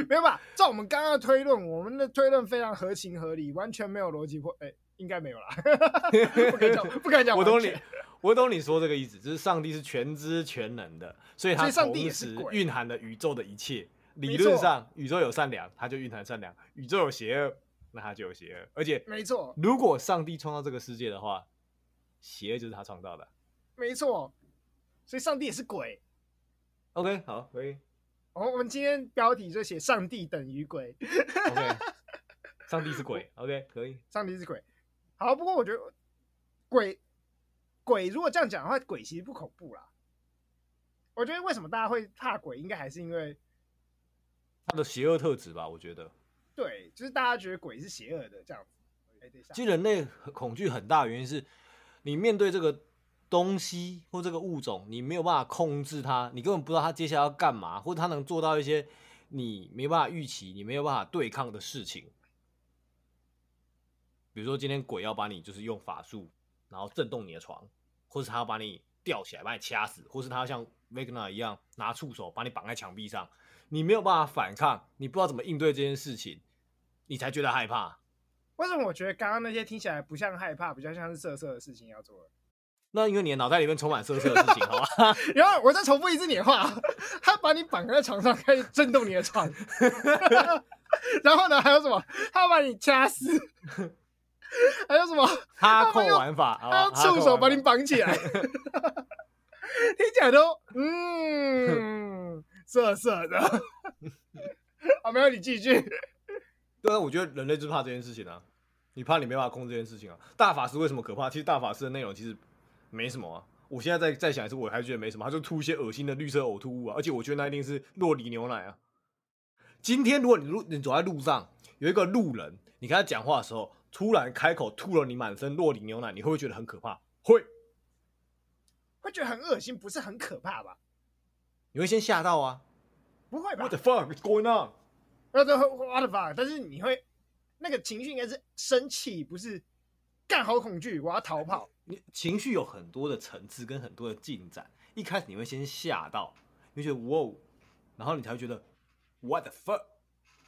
没有吧？照我们刚刚的推论，我们的推论非常合情合理，完全没有逻辑破。哎、应该没有啦， 不敢 讲，不敢讲。 我懂你，，我懂你说这个意思，就是上帝是全知全能的，所以所他以上帝同也是时鬼啊蕴含了宇宙的一切。理没论错上，宇宙有善良，它就蕴含善良；宇宙有邪恶，那它就有邪恶。而且，没错，如果上帝创造这个世界的话，邪恶就是他创造的。没错。所以上帝也是鬼。哦 OK，好，可 以。我、我们今天标题就写“上帝等于鬼 OK，上帝是鬼。OK，可以。”，上帝是鬼。好，不过我觉得鬼鬼如果这样讲的话，鬼其实不恐怖啦。我觉得为什么大家会怕鬼，应该还是因为他的邪恶特质吧，我觉得。对，就是大家觉得鬼是邪恶的这样子。哎，等一下其实人类很恐惧很大的原因是，你面对这个东西或这个物种，你没有办法控制它，你根本不知道它接下来要干嘛，或者它能做到一些你没办法预期、你没有办法对抗的事情。比如说，今天鬼要把你就是用法术，然后震动你的床，或是他要把你吊起来把你掐死，或是他像 Vecna 一样拿触手把你绑在墙壁上，你没有办法反抗，你不知道怎么应对这件事情，你才觉得害怕。为什么我觉得刚刚那些听起来不像害怕，比较像是色色的事情要做了？那因为你的脑袋里面充满色色的事情，好吧？然后我再重复一次你的话，他把你绑在床上，开始震动你的床， 然后呢，还有什么？他要把你掐死，还有什么？哈扣玩法，好他吧用触手把你，绑起来，听起来都嗯色色的。 啊，没有，你继续。对啊，我觉得人类就是怕这件事情啊，你怕你没办法控制这件事情啊。大法师为什么可怕？其实大法师的内容其实没什么啊。我现在再再想一次，我还觉得没什么，他就吐一些恶心的绿色呕吐物啊，而且我觉得那一定是洛梨牛奶啊。今天如果你路你走在路上，有一个路人，你跟他讲话的时候，突然开口吐了你满身洛梨牛奶，你会不会觉得很可怕？会，会觉得很恶心，不是很可怕吧？你会先吓到啊。不会吧 What the fuck is going on？那都 what the fuck？但是你会那个情绪应该是生气，不是干好恐惧，我要逃跑。你情绪有很多的层次跟很多的进展。一开始你会先吓到，你会觉得哇哦，然后你才会觉得 what the fuck，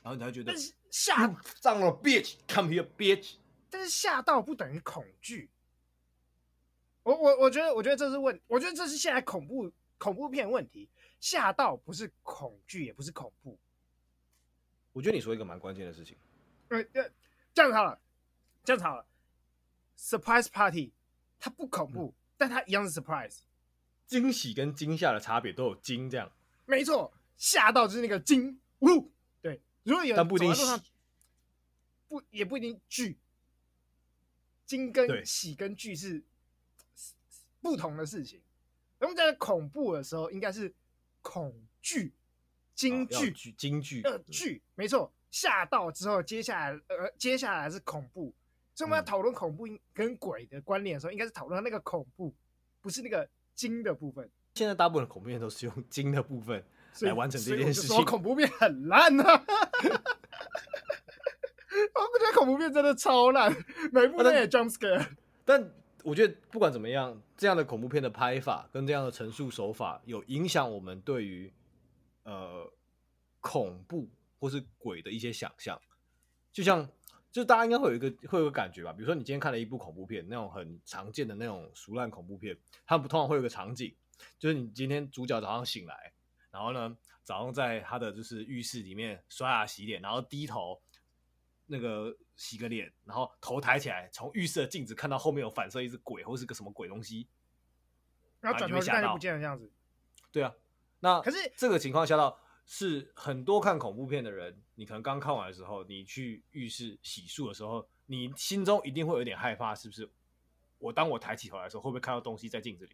然后你才会觉得但是吓，脏了 bitch，come here bitch。但是吓到不等于恐惧。我我我觉得，我觉得这是问，我觉得这是现在恐怖恐怖片问题。吓到不是恐惧，也不是恐怖。我觉得你说一个蛮关键的事情，呃呃，这样子好了，这样子好了。Surprise party，它不恐怖，但它一样是 surprise。惊喜跟惊吓的差别都有惊这样，没错，吓到就是那个惊呜。对，如果有但不一定走在路上喜不也不一定惧。惊跟对喜跟惧是是是不同的事情。我们在恐怖的时候，应该是恐惧、惊啊要惧、剧惊剧呃惧，没错。吓到之后，接下来呃接下来是恐怖，所以我们要嗯讨论恐怖跟鬼的关联的时候，应该是讨论它那个恐怖，不是那个惊的部分。现在大部分的恐怖片都是用惊的部分所以来完成所这以我件就事说情。恐怖片很烂呢、啊。 我觉得恐怖片真的超烂，每部都啊但有 jump scare。但我觉得不管怎么样，这样的恐怖片的拍法跟这样的陈述手法，有影响我们对于呃恐怖或是鬼的一些想象。就像，就大家应该会有一个会有一个感觉吧，比如说你今天看了一部恐怖片，那种很常见的那种熟烂恐怖片，它不通常会有一个场景，就是你今天主角早上醒来，然后呢，早上在他的就是浴室里面刷牙洗脸，然后低头那个洗个脸，然后头抬起来，从浴室的镜子看到后面有反射一只鬼或是个什么鬼东西。然后转头一看啊你就会吓就到不见了这样子。对啊，那可是这个情况下到是很多看恐怖片的人，你可能刚看完的时候，你去浴室洗漱的时候，你心中一定会有点害怕，是不是？我当我抬起头来的时候，会不会看到东西在镜子里？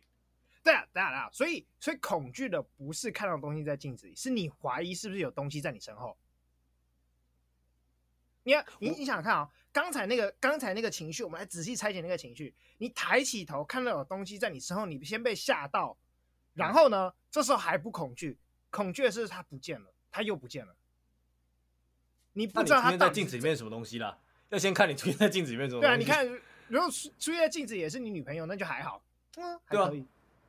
对啊，对啊，对啊。所以，所以恐惧的不是看到东西在镜子里，是你怀疑是不是有东西在你身后。你看，你你想想看啊、刚才那个刚才那个情绪，我们来仔细拆解那个情绪。你抬起头看到有东西在你身后，你先被吓到，然后呢，这时候还不恐惧，恐惧的是它不见了，它又不见了。你不那你知道今它天在到底镜是子里面是什么东西啦？要先看你出现在镜子里面是什么对东啊，西。你，看，如果出出现在镜子也是你女朋友，那就还好，嗯，还对啊可以。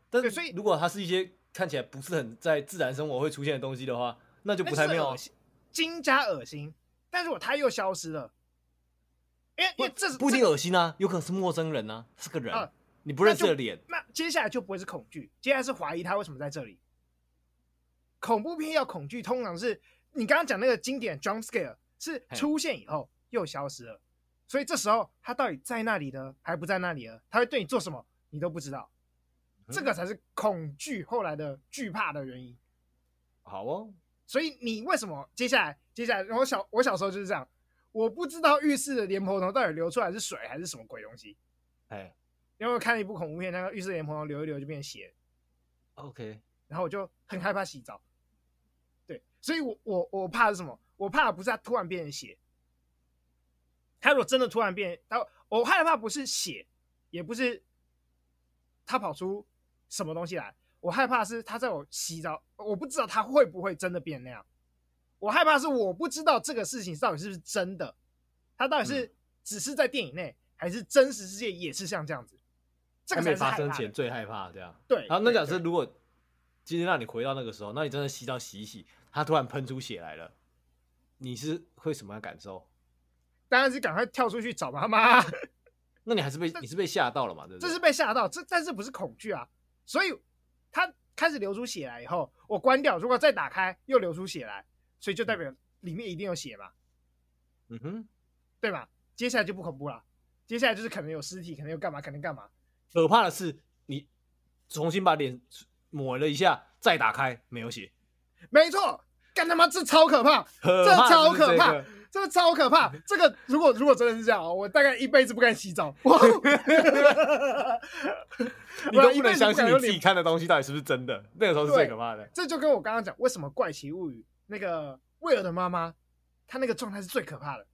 但对是所以如果它是一些看起来不是很在自然生活会出现的东西的话，那就那不太是妙啊恶。心，惊加恶心。但如果他又消失了，因为因为这是不一定这恶心啊，有可能是陌生人啊，是个人，啊你不认识那就的脸。那接下来就不会是恐惧，接下来是怀疑他为什么在这里。恐怖片要恐惧，通常是你刚刚讲那个经典 jump scare 是嘿出现以后又消失了，所以这时候他到底在那里呢，还不在那里呢？他会对你做什么，你都不知道。嗯这个才是恐惧后来的惧怕的原因。好哦，所以你为什么接下来接下来，然后小我小时候就是这样，我不知道浴室的莲蓬头到底流出来是水还是什么鬼东西。哎因为我看了一部恐怖片，那个浴室莲蓬头流一流就变血， ，OK，然后我就很害怕洗澡。对，所以我我我怕的是什么？我怕的不是它突然变成血，它如果真的突然变，它我害怕不是血，也不是它跑出什么东西来，我害怕是它在我洗澡，我不知道它会不会真的变那样。我害怕是我不知道这个事情到底是不是真的，它到底嗯是只是在电影内，还是真实世界也是像这样子？这个还才没是害发怕生的前最害怕这样。对，然后那对假对设如果今天让你回到那个时候，那你真的洗澡洗一洗，它突然喷出血来了，你是会什么样的感受？当然是赶快跳出去找妈妈。那你还是被你是被吓到了嘛？对不这对？是被吓到，这但是不是恐惧啊？所以它开始流出血来以后，我关掉，如果再打开又流出血来，所以就代表里面一定有血嘛，嗯哼，对吧？接下来就不恐怖了，接下来就是可能有尸体，可能有干嘛，可能干嘛。可怕的是你重新把脸呃抹了一下，再打开没有血，没错，干他妈这超可怕， 可这怕超的是可这怕个。这个超可嗯怕！这个如果如果真的是这样哦，我大概一辈子不敢洗 澡。 哇哦你我都一不辈能子相敢信你用自脸己看的东西到底是不是真的，那个时候是最对可怕的。这就跟我刚刚讲，为什么《怪奇物语》那个威尔的妈妈，她那个状态是最可怕的。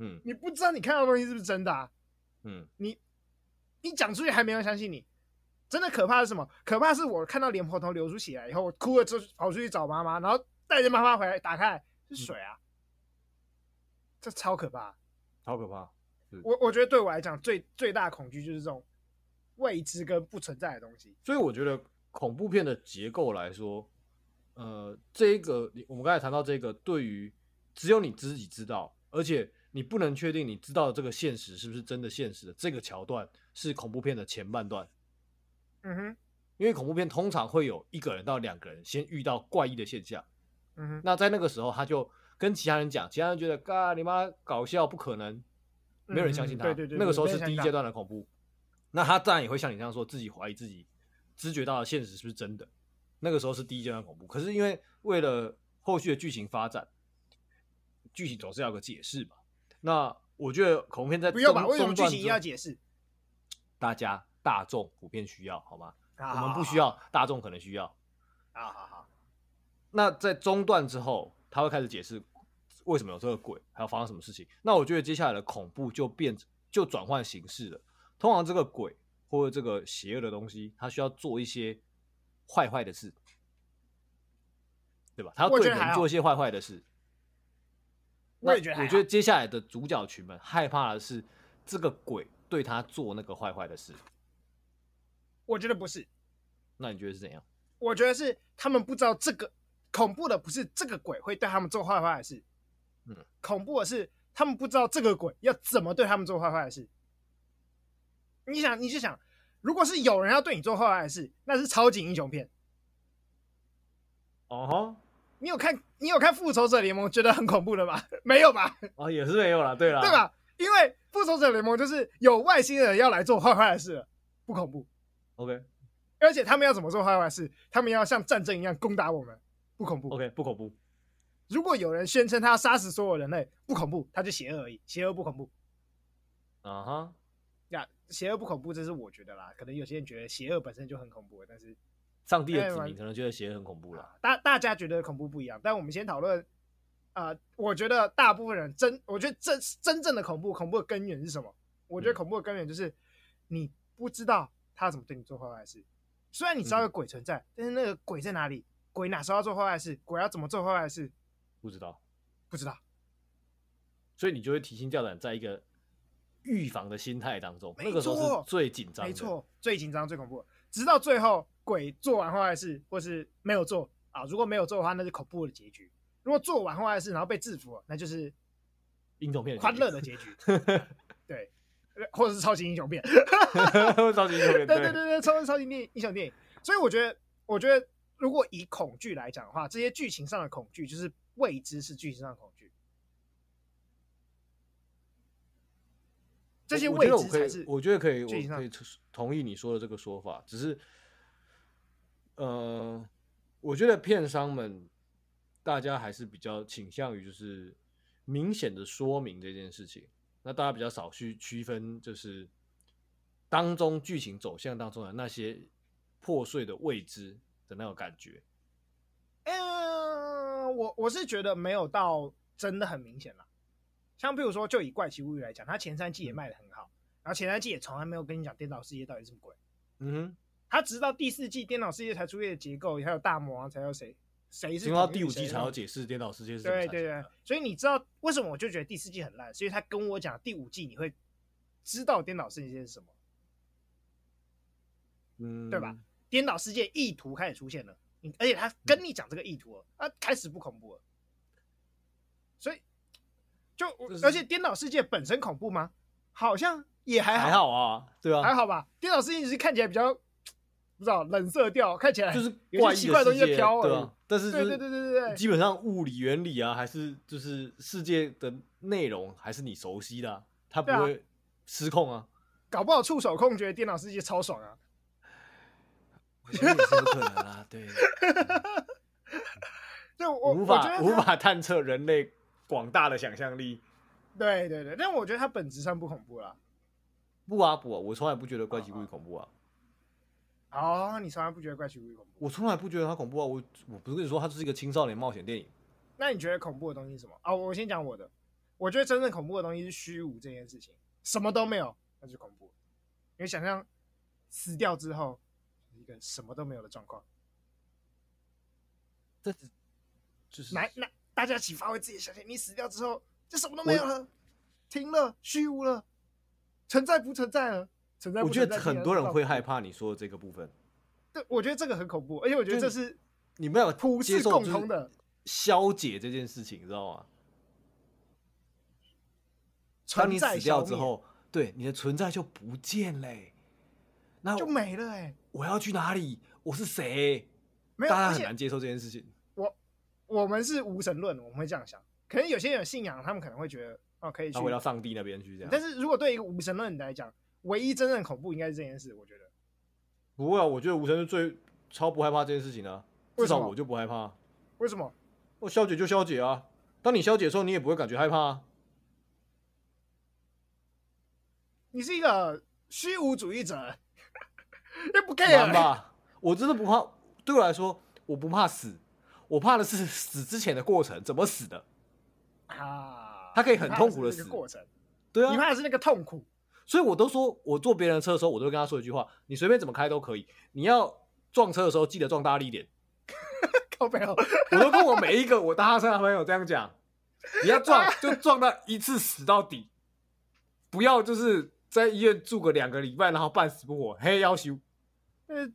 嗯你不知道你看到的东西是不是真的啊？嗯，你讲出去还没人相信你。真的可怕是什么？可怕是我看到莲蓬头流出血来以后，我哭了之后跑出去找妈嗯妈，然后带着妈妈回来，打开来是水啊，这超可怕。超可怕。我我觉得对我来讲最最大恐惧就是这种未知跟不存在的东西。所以我觉得恐怖片的结构来说，呃，这个我们刚才谈到这个，对于只有你自己知道，而且你不能确定你知道的这个现实是不是真的现实的这个桥段，是恐怖片的前半段。嗯哼，因为恐怖片通常会有一个人到两个人先遇到怪异的现象，嗯哼，那在那个时候他就跟其他人讲，其他人觉得嘎你妈搞笑不可能，没有人相信他。嗯对对对那个时候是没人第一相信他阶段的恐怖。那他当然也会像你这样说，自己怀疑自己知觉到的现实是不是真的。那个时候是第一阶段恐怖，可是因为为了后续的剧情发展，剧情总是要有个解释嘛。那我觉得恐怖片在不用中吧？为什么中剧段情一之定要后解释？大家大众普遍需要好吗？我我们不需。要，大众可能需要。好好好，那在中断之后，他会开始解释为什么有这个鬼，还有发生什么事情。那我觉得接下来的恐怖就变就转换形式了。通常这个鬼或者这个邪恶的东西，它需要做一些坏坏的事，对吧？它要我觉对得还人好做一些坏坏的事。我也那觉得还好我觉得接下来的主角群们害怕的是这个鬼对他做那个坏坏的事。我觉得不是，那你觉得是怎样？我觉得是他们不知道这个恐怖的不是这个鬼会对他们做坏坏的事，嗯，恐怖的是他们不知道这个鬼要怎么对他们做坏坏的事。你想，你就想，如果是有人要对你做坏坏的事，那是超级英雄片。哦你有看你有看《复仇者联盟》觉得很恐怖的吗？ 没有吧？吼，哦也是没有啦，对啦，对？吧？因为《复仇者联盟》就是有外星人要来做坏坏的事了，不恐怖。 ？OK 而且他们要怎么做坏坏事？他们要像战争一样攻打我们，不恐怖。 OK，不恐怖。如果有人宣称他要杀死所有人类，不恐怖，他就邪恶而已，邪恶不恐怖啊哈，呀。邪恶不恐怖，这是我觉得啦。可能有些人觉得邪恶本身就很恐怖，但是上帝的哎子完民可能觉得邪恶很恐怖了。大大家觉得恐怖不一样。但我们先讨论，啊，我觉得大部分人真，我觉得真真正的恐怖，恐怖的根源是什么？我觉得嗯恐怖的根源就是你不知道他怎么对你做坏坏事。虽然你知道有鬼存在，但是那个鬼在哪里？鬼哪时候要做坏坏事？鬼要怎么做坏坏事？不知道，不知道。所以你就会提心吊胆，在一个预防的心态当中，没那个时候错是最紧张的。没，错，最紧张、最恐怖的，直到最后鬼做完坏事，或是没有做啊。如果没有做的话，那是恐怖的结局；如果做完坏事然后被制服了，那就是英雄片的欢乐的结结局。对，呃或者是超级英雄片。局， 超级英雄片， 对对对对，超超级电影英雄电影。所以我觉得，我觉得如果以恐惧来讲的话，这些剧情上的恐惧就是未知，是剧情上的恐惧。这些我未我觉知得我可才以是我觉得可以，剧情我可上以同意你说的这个说法，只是，呃，我觉得片商们大家还是比较倾向于就是明显的说明这件事情，那大家比较少去区分就是当中剧情走向当中的那些破碎的未知的那种感觉。嗯，我我是觉得没有到真的很明显啦。像比如说，就以《怪奇物语》来讲，它前三季也卖的很好，然后前三季也从来没有跟你讲颠倒世界到底是什么鬼。嗯哼，它直到第四季颠倒世界才出现结构，还有大魔王才有谁谁是听到统第御五谁季才要是解释颠倒世界是怎么对产对生对的。，所以你知道为什么我就觉得第四季很烂，所以他跟我讲第五季你会知道颠倒世界是什么，嗯，对吧？颠倒世界意图开始出现了，你而且他跟你讲这个意图了，啊，开始不恐怖了，所以就我就是而且颠倒世界本身恐怖吗？好像也还好，还好啊，对啊，还好吧。颠倒世界只是看起来比较不知道冷色调，看起来就是哎有怪些异奇怪的东西在世界飘对而已啊。，但是就对是对对对对对基本上物理原理啊，还是就是世界的内容还是你熟悉的啊、它不对啊会失控啊。搞不好触手控觉得颠倒世界超爽啊，我觉得也是有可能啊， 对，就我我觉得无法它无法探测人类广大的想象力。对对对，但我觉得它本质上不恐怖啦。不啊不啊，我从来不觉得怪奇物语恐怖啊，哦，你从来不觉得怪奇物语恐怖？我从来不觉得它恐怖啊。我我不是跟你说它就是一个青少年冒险电影，那你觉得恐怖的东西是什么？啊、我先讲我的，我觉得真正恐怖的东西是虚无这件事情，什么都没有，那就是恐怖。因为想象死掉之后，一个什么都没有的状况，这只就是来，那大家一起发挥自己的想象，你死掉之后就什么都没有了。停了，虚无了，存在不存在了？存在不我觉存在得很多人会害，怕你说的这个部分，对，我觉得这个很恐怖，而且我觉得这是你没有普接世受共就是通的消解这件事情，你知道吗？当存你在死掉消之灭后，对你的存在就不见嘞、那就没了哎、我要去哪里？我是谁？没有，大家而很且难接受这件事情。我们是无神论，我们会这样想。可能有些人有信仰，他们可能会觉得哦，可以去他。回到上帝那边去，这样。但是如果对一个无神论来讲，唯一真正恐怖应该是这件事，我觉得。不会啊，我觉得无神是最超不害怕这件事情的、啊，为至什么少我就不害怕。为什么？我消解就消解啊，当你消解的时候，你也不会感觉害怕啊。你是一个虚无主义者，也不玩 care 吧，我真的不怕。对我来说，我不怕死，我怕的是死之前的过程，怎么死的？啊。他可以很痛苦你怕的地是那死个过程，对啊你，怕的是那个痛苦。所以我都说，我坐别人的车的时候，我都会跟他说一句话：你随便怎么开都可以，你要撞车的时候记得撞大力一点。靠背后，哦我都跟我每一个我搭车的朋友这样讲，你要撞就撞到一次死到底，不要就是在医院住个两个礼拜，然后半死不活，嘿要修。呃，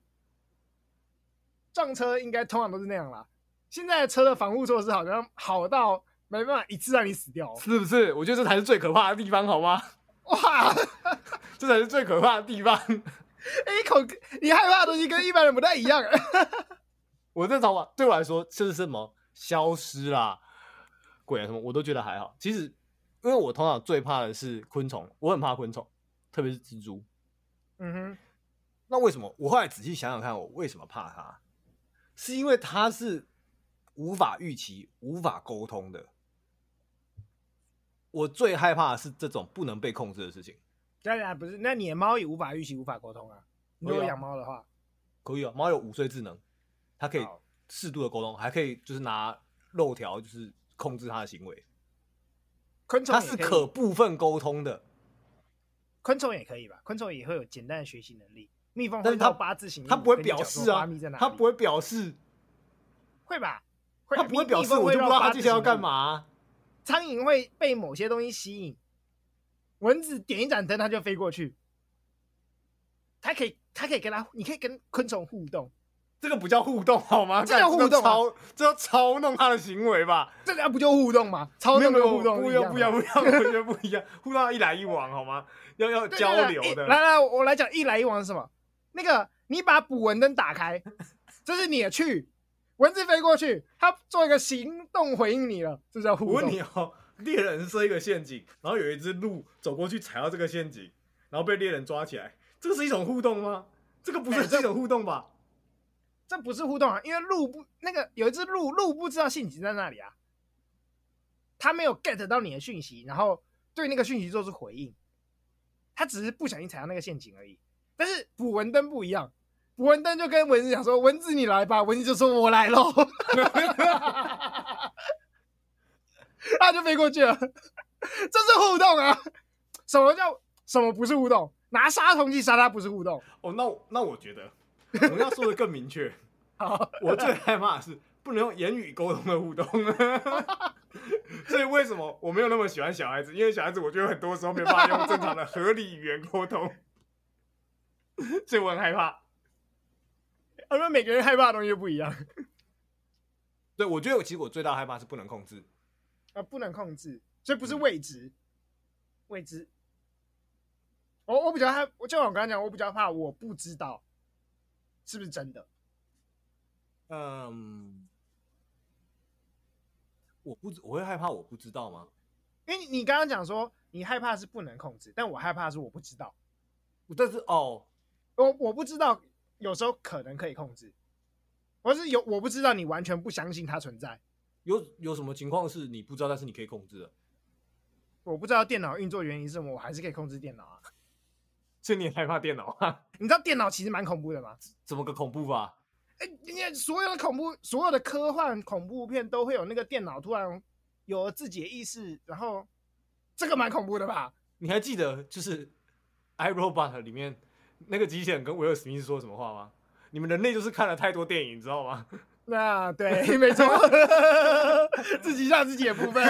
撞车应该通常都是那样啦。现在的车的防护措施好像好到没办法一次让你死掉哦、是不是？我觉得这才是最可怕的地方，好吗？ 哇， 这才是最可怕的地方。哎、恐你害怕的东西跟一般人不太一样。我这种对我来说，这是什么消失啦、鬼啊什么，我都觉得还好。其实，因为我通常最怕的是昆虫，我很怕昆虫，特别是蜘蛛。嗯哼，那为什么？我后来仔细想想看，我为什么怕它？是因为它是无法预期、无法沟通的。我最害怕的是这种不能被控制的事情。当然不是，那你的猫也无法预期、无法沟通啊。你如对果啊养猫的话，可以啊，猫有五岁智能，它可以好适度的沟通，还可以就是拿肉条就是控制它的行为，昆虫它也是以可部分沟通的，昆虫也可以吧？昆虫也会有简单的学习能力。蜜蜂但会是它到八字形，它不会表示啊，它不会会表示，会吧？会啊它不会蜜表蜜示，蜂我就不知道绕它八字接下来要形干嘛啊、苍蝇会被某些东西吸引，蚊子点一盏灯，它就飞过去。它可以，它可以跟它，你可以跟昆虫互动，这个不叫互动好吗？这叫干互动啊操，这叫操弄他的行为吧？这个不就互动吗？超没有能没力有互动不是一一样啊的样不一样不一样，完全不一样，互动要一来一往好吗？要要对交对流对的一。来来，我来讲一来一往是什么？那个你把捕蚊灯打开，这是你的去，蚊子飞过去，它做一个行动回应你了，这叫互我动。问你哦，猎人设一个陷阱，然后有一只鹿走过去踩到这个陷阱，然后被猎人抓起来，这是一种互动吗？这个不哎是这一种互动吧？这不是互动啊，因为鹿不那个有一只鹿，鹿不知道信息在那里啊，它没有 get 到你的讯息，然后对那个讯息做出回应，它只是不小心踩到那个陷阱而已。但是捕蚊灯不一样，捕蚊灯就跟蚊子讲说：“蚊子你来吧。”蚊子就说：“我来喽。” 它就飞过去了，这是互动啊！什么叫什么不是互动？拿杀虫剂杀它不是互动。哦，那我那我觉得我们要说的更明确。好，我最害怕的是不能用言语沟通的互动。 所以为什么我没有那么喜欢小孩子？因为小孩子我觉得很多时候没办法用正常的合理语言沟通， 所以我很害怕。因为每个人害怕的东西又不一样。对，我觉得我其实我最大害怕是不能控制。啊，不能控制，所以不是未知，嗯未知。我我比较害，我就像我刚刚讲，我比较怕我不知道是不是真的。嗯，我不知我会害怕我不知道吗？因为你你刚刚讲说你害怕是不能控制，但我害怕是我不知道，但是哦，我我不知道有时候可能可以控制，我是有我不知道你完全不相信它存在，有有什么情况是你不知道，但是你可以控制的？我不知道电脑运作原因是什么，我还是可以控制电脑啊。所以你也害怕电脑啊？你知道电脑其实蛮恐怖的吗？ 怎么个恐怖法？哎、你看所有的恐怖，所有的科幻恐怖片都会有那个电脑突然有了自己的意识，然后这个蛮恐怖的吧？你还记得就是《I Robot》里面那个机器人跟威尔史密斯说什么话吗？你们人类就是看了太多电影，你知道吗？ 那啊对，没错，自己吓自己的部分。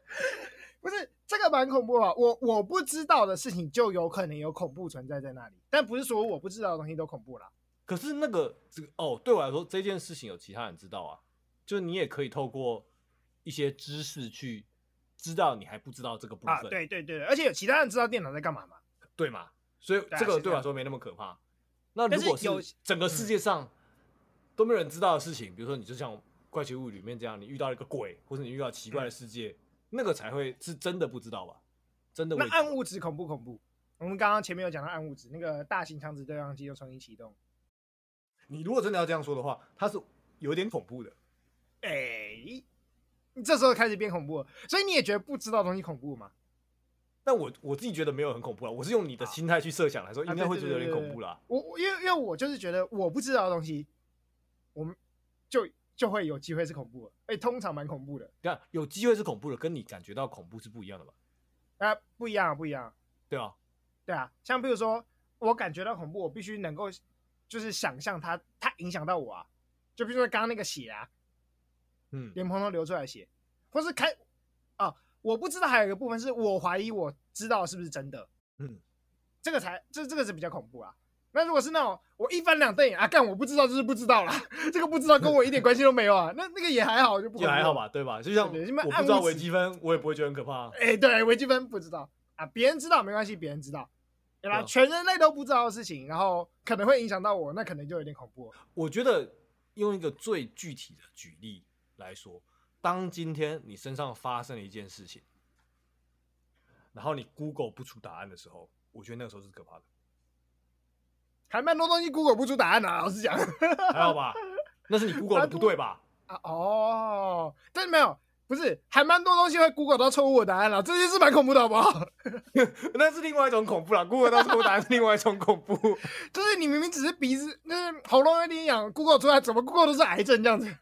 不是这个蛮恐怖啊！我我不知道的事情就有可能有恐怖存在在那里，但不是说我不知道的东西都恐怖啦。可是那个这个哦，对我来说这件事情有其他人知道啊，就是你也可以透过一些知识去知道你还不知道这个部分，啊，对对对，而且有其他人知道电脑在干嘛吗？对嘛？所以对啊这个是对这我样来说没那么可怕。那如但是果有嗯是整个世界上都没有人知道的事情，比如说你就像《怪奇物语》里面这样，你遇到一个鬼，或者你遇到奇嗯怪的世界，那个才会是真的不知道吧？真的那啊未知暗物质恐不恐怖？我们刚刚前面有讲到暗物质，那个大型强子对撞机又重新启动。你如果真的要这样说的话，它是有点恐怖的。哎、你这时候开始变恐怖了，所以你也觉得不知道的东西恐怖吗？但我我自己觉得没有很恐怖啊，我是用你的心态去设想来说，啊应该会觉得有点对对对恐怖啦。我我因为因为我就是觉得我不知道的东西，我们就就会有机会是恐怖的，哎、通常蛮恐怖的。对啊，有机会是恐怖的，跟你感觉到恐怖是不一样的吧？啊、不一样啊，不一样啊。对啊，对啊，像比如说我感觉到恐怖，我必须能够就是想象它它影响到我啊，就比如说刚刚那个血啊，嗯，连蓬头流出来的血，或是开啊，我不知道还有一个部分是我怀疑我知道是不是真的，嗯，这个才这这个是比较恐怖啊。那如果是那种我一翻两瞪眼啊，干我不知道就是不知道啦， 这个不知道跟我一点关系都没有啊，那那个也还好，就不也还恐好怖了。吧，对吧？就像我对啊对你们不知道暗物质微积分，我也不会觉得很可怕啊。哎、对，微积分不知道啊，别人知道没关系，别人知道，对吧？对啊全人类都不知道的事情，然后可能会影响到我，那可能就有点恐怖了。我觉得用一个最具体的举例来说，当今天你身上发生了一件事情，然后你 Google 不出答案的时候，我觉得那个时候是可怕的，还蛮多东西 Google 不出答案的、啊，老实讲还好吧？那是你 Google 的不对吧？啊。哦，但没有，不是，还蛮多东西会 Google 到错误的答案了、这件事蛮恐怖的，好不好？ 那是另外一种恐怖啦，Google 到错答案是另外一种恐怖。 就是你明明只是鼻子，就是喉咙有点痒，Google 出来怎么 Google 都是癌症这样子，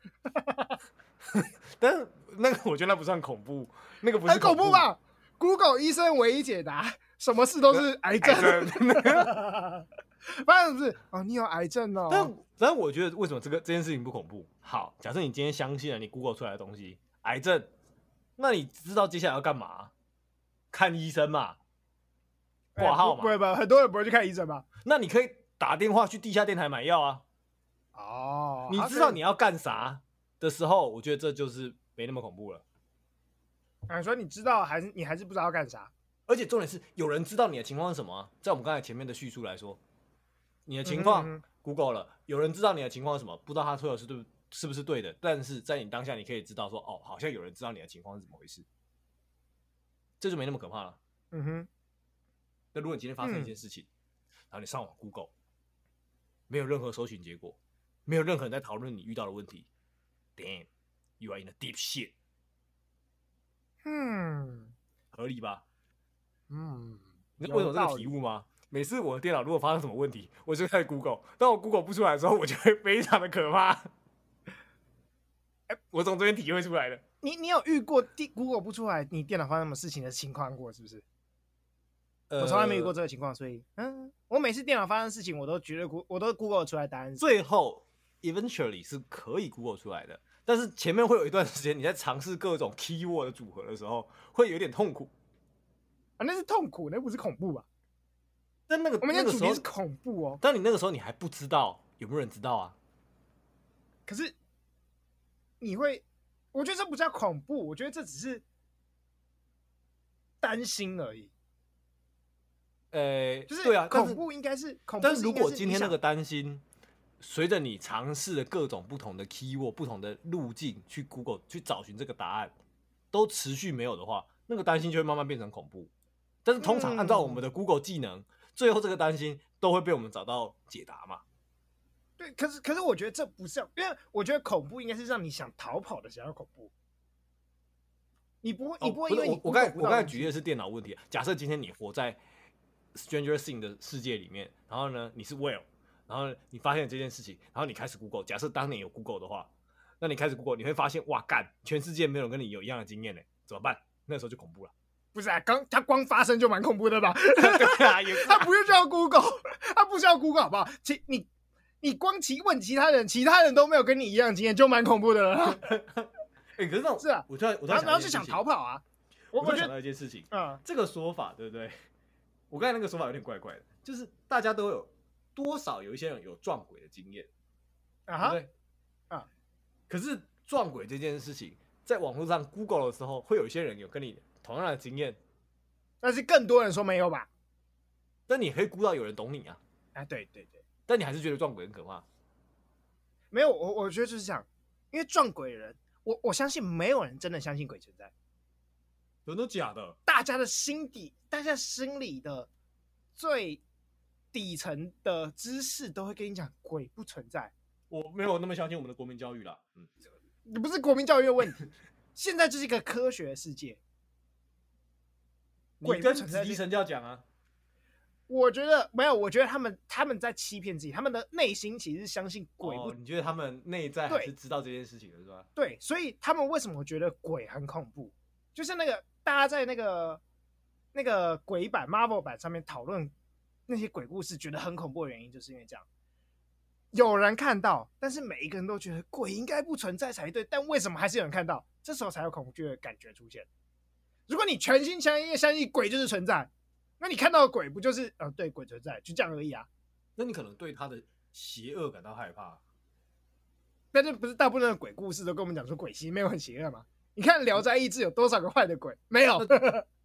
但是那个我觉得那不算恐怖，那个不是很恐怖吧？Google 医生唯一解答，什么事都呃是癌症。 反正不是哦，你有癌症哦。但但我觉得为什么这个这件事情不恐怖？好，假设你今天相信了你 Google 出来的东西，癌症，那你知道接下来要干嘛？看医生嘛，哎挂号不嘛不会吧？很多人不会去看医生吧？那你可以打电话去地下电台买药啊。哦，你好知道所以你要干啥的时候，我觉得这就是没那么恐怖了。啊，说你知道还是你还是不知道要干啥？而且重点是，有人知道你的情况是什么啊、在我们刚才前面的叙述来说，你的情嗯况、哼嗯 Google 了，有人知道你的情况是什么，不知道他推的是对不是不是对的，但是在你当下，你可以知道说，哦，好像有人知道你的情况是怎么回事，这就没那么可怕了。嗯哼，那如果你今天发生一嗯件事情，然后你上网 Google，没有任何搜寻结果，没有任何人在讨论你遇到的问题，Damn，you are in a deep shit，嗯合理吧？嗯，你知道为什么这个题体悟吗？每次我的电脑如果发生什么问题，我就开始 Google，当我 Google 不出来的时候，我就会非常的可怕。哎我从这边体会出来的。你你有遇过地 Google 不出来，你电脑发生什么事情的情况过是不是？呃我从来没遇过这个情况，所以嗯，我每次电脑发生事情，我都觉得 Go 我都 Google 出来答案是。最后 eventually 是可以 Google 出来的，但是前面会有一段时间你在尝试各种 keyword 的组合的时候，会有点痛苦。啊，那是痛苦，那不是恐怖吧？但那个我们今天那个主时题候是，恐怖哦，但你那个时候你还不知道有没有人知道啊？可是你会，我觉得这不叫恐怖，我觉得这只是担心而已。呃，就是对啊，但恐是怖应该是恐怖但是如应该果是今你天那想个担心，随着你尝试的各种不同的 keyword、不同的路径去 Google 去找寻这个答案，都持续没有的话，那个担心就会慢慢变成恐怖。但是通常按照嗯我们的 Google 技能，最后这个担心都会被我们找到解答嘛。对，可是可是我觉得这不是，因为我觉得恐怖应该是让你想逃跑的才叫恐怖。你不会，你哦不会是因为你我我刚才 Google 不我到刚才东西举例的是电脑问题。假设今天你活在 Stranger Thing 的世界里面，然后呢你是 Will，然后你发现了这件事情，然后你开始 Google。假设当年有 Google 的话，那你开始 Google，你会发现哇干，全世界没有人跟你有一样的经验呢，怎么办？那时候就 恐怖了。不是啊，刚它光发生就蛮恐怖的吧？ 对啊，也是它不用需要 Google，它 不需要 Google 好不好？其你你光其问其他人，其他人都没有跟你一样经验，就蛮恐怖的了。 哎、可是那种是啊我突然我突然然后然后就想想一件事情逃跑啊，我我就我觉想得到一件事情，啊，这个说法对不对？我刚才那个说法有点怪怪的，就是大家都有多少有一些人有撞鬼的经验，啊对不哈，对？啊，可是撞鬼这件事情，在网络上 Google 的时候，会有一些人有跟你同样的经验，但是更多人说没有吧？但你也可以估到有人懂你啊，啊，对对对，但你还是觉得撞鬼很可怕。没有，我我觉得就是这样，因为撞鬼的人，我我相信没有人真的相信鬼存在，真的假的？大家的心底，大家心里的最底层的知识都会跟你讲鬼不存在，我没有那么相信我们的国民教育啦。嗯，你不是国民教育的问题，现在就是一个科学的世界，你鬼不跟存在子弟这神教讲啊，我觉得没有，我觉得他们他们在欺骗自己，他们的内心其实是相信鬼不、哦，你觉得他们内在还对是知道这件事情的是吧？对，所以他们为什么觉得鬼很恐怖？就是那个大家在那个那个鬼版 Marvel 版上面讨论那些鬼故事，觉得很恐怖的原因，就是因为这样。有人看到，但是每一个人都觉得鬼应该不存在才对，但为什么还是有人看到？这时候才有恐惧的感觉出现。如果你全心全意地相信鬼就是存在，那你看到的鬼不就是呃对鬼存在，就这样而已啊。那你可能对他的邪恶感到害怕。但是不是大部分的鬼故事都跟我们讲说鬼其实没有很邪恶吗？你看《聊斋志异》有多少个坏的鬼？没有，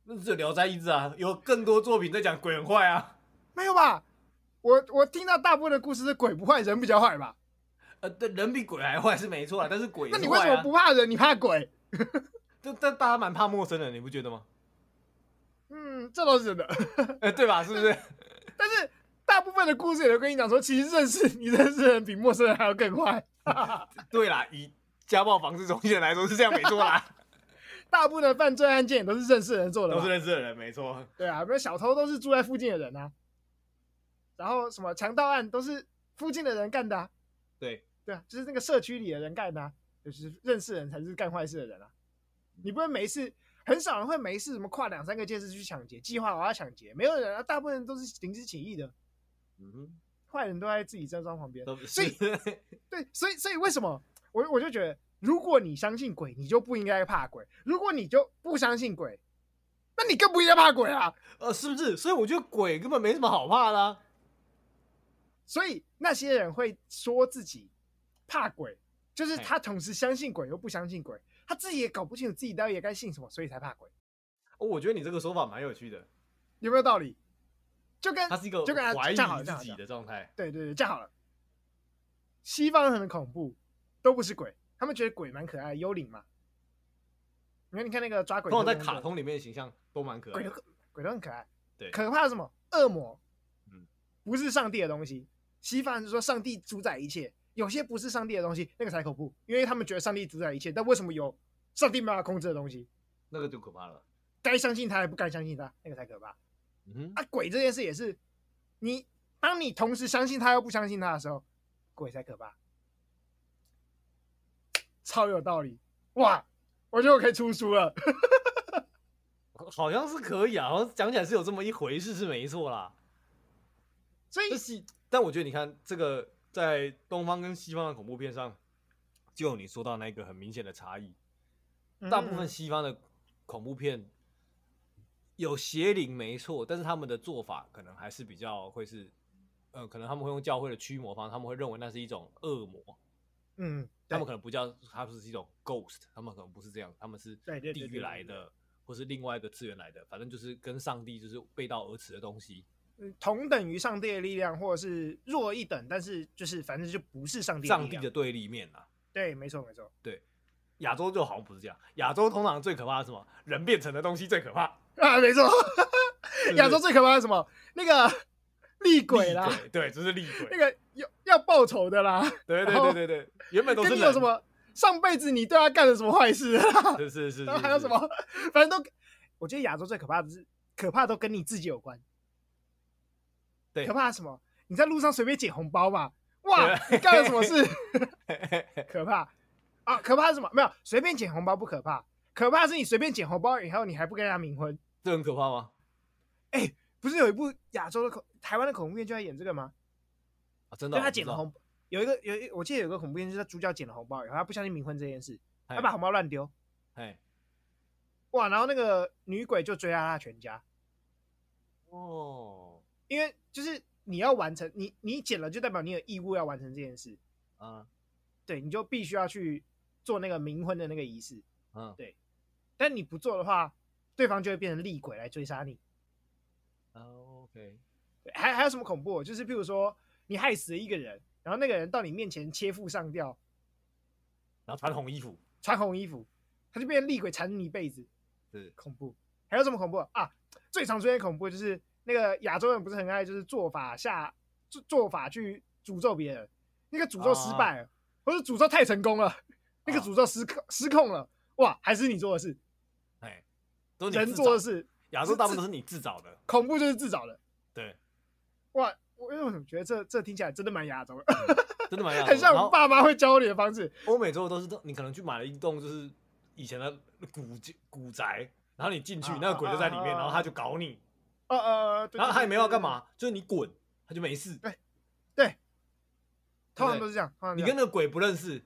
那只有《聊斋志异》啊，有更多作品在讲鬼很坏啊。没有吧？我我听到大部分的故事是鬼不坏，人比较坏吧？呃，对，人比鬼还坏是没错啦，但是鬼也那是你为什坏么啊不。怕人？你怕鬼？但但大家蛮怕陌生人，你不觉得吗？嗯，这倒是真的。呃，对吧？是 不是？但是大部分的故事也都跟你讲说，其实认识你认识的人比陌生人还要更坏。对啦，以家暴防治中心来说是这样没错啦，大部分的犯罪案件也都是认识的人做的 都吧，是认识的人没错。对啊，比如小偷都是住在附近的人啊，然后什么强盗案都是附近的人干的、啊，对，对啊，就是那个社区里的人干的、啊，就是认识人才是干坏事的人啊。你不会没事，很少人会没事什么跨两三个街市去抢劫，计划我要抢劫，没有人啊，大部分人都是临时起意的，嗯哼，坏人都在自己站桩旁边。都所以是对，所以所以为什么我我就觉得，如果你相信鬼，你就不应该怕鬼；如果你就不相信鬼，那你更不应该怕鬼啊。呃，是不是？所以我觉得鬼根本没什么好怕的啊、所以那些人会说自己怕鬼，就是嘿他同时相信鬼又不相信鬼，他自己也搞不清楚自己到底该信什么，所以才怕鬼。哦，我觉得你这个说法蛮有趣的，有没有道理？就跟它是一个就跟他怀疑这样好了这自样好己了的状态。对对对，这样好了。西方人很恐怖，都不是鬼，他们觉得鬼蛮可爱的，幽灵嘛。你看，你看那个抓鬼通特常工队，在卡通里面的形象都蛮可爱鬼都的。鬼都很可爱。啊对可怕的是什么？恶魔，嗯不是上帝的东西。西方人是说上帝主宰一切，有些不是上帝的东西，那个才恐怖，因为他们觉得上帝主宰一切，但为什么有上帝没办法控制的东西？那个就可怕了。该相信他还不该相信他，那个才可怕。嗯哼，啊，鬼这件事也是，你当你同时相信他又不相信他的时候，鬼才可怕。超有道理哇！我觉得我可以出书了。 好像是可以啊，好像讲起来是有这么一回事，是没错啦。所以但是，但我觉得你看这个在东方跟西方的恐怖片上，就有你说到那个很明显的差异。大部分嗯西方的恐怖片有邪灵没错，但是他们的做法可能还是比较会是，呃，可能他们会用教会的驱魔方，他们会认为那是一种恶魔，嗯，他们对可能不叫，他们是一种 ghost，他们可能不是这样，他们是对对对地对对狱来的，或是另外一个次元来的，反正就是跟上帝就是背道而驰的东西。嗯同等于上帝的力量，或者是弱一等，但是就是反正就不是上帝上力帝量的对立面啊。对，没错没错。亚洲就好像不是这样，亚洲通常最可怕的是什么？人变成的东西最可怕。啊，没错。是不是亚洲最可怕的是什么？那 个厉鬼啦，厉鬼， 对，就是厉鬼。那个要要报仇的啦，对然后对对对对，原 本都是跟你人有什？么上辈子你对他干了什么坏事啦，是是 是，然后是还有是什么， 反正都，我觉得亚洲最可怕的是可怕都跟你自己有关。对可怕是什么？你在路上随便捡红包嘛，哇，对你干了什么事？可怕啊！可怕是什么？没有，随便捡红包不可怕，可怕是你随便捡红包以后，你还不跟人家冥婚。这很可怕吗？不是有一部亚洲的恐台湾的恐怖片就在演这个吗？啊，真的就哦，他我不捡知了道，红，有一个有一我记得有个恐怖片，就是他主角捡了红包以后，他不相信冥婚这件事，哎他把红包乱丢。哎，哇，然后那个女鬼就追杀他全家，哦，因为就是你要完成，你你捡了就代表你有义务要完成这件事，啊，对，你就必须要去做那个冥婚的那个仪式，嗯但你不做的话，对方就会变成厉鬼来追杀你。 ，OK，对还还有什么恐怖？就是譬如说你害死了一个人，然后那个人到你面前切腹上吊，然后穿红衣服，穿红衣服，他就变成厉鬼缠你一辈子，是恐怖。还有什么恐怖啊？最常出现的恐怖就是那个亚洲人不是很爱就是做法下做做法去诅咒别人，那个诅咒哦失败了，或者诅咒太成功了，那个诅咒失控失控了，哇，还是你做的事，哎，都是你人自做的找，事，亚洲大部分都是你自找的，恐怖就是自找的。对，哇，我因为我怎么觉得这这听起来真的蛮亚洲的，真的蛮亚洲很的。像嗯然我们后爸妈会教你的方式。欧美洲都是，你可能去买了一栋就是以前的古古宅，然后你进去，啊那个鬼就在里面，啊啊啊然后他就搞你，呃呃，对然后他也没有要干，对对对嘛，就是你滚，他就没事。对啊通常都是这样。通常你都跟是那个鬼不认识，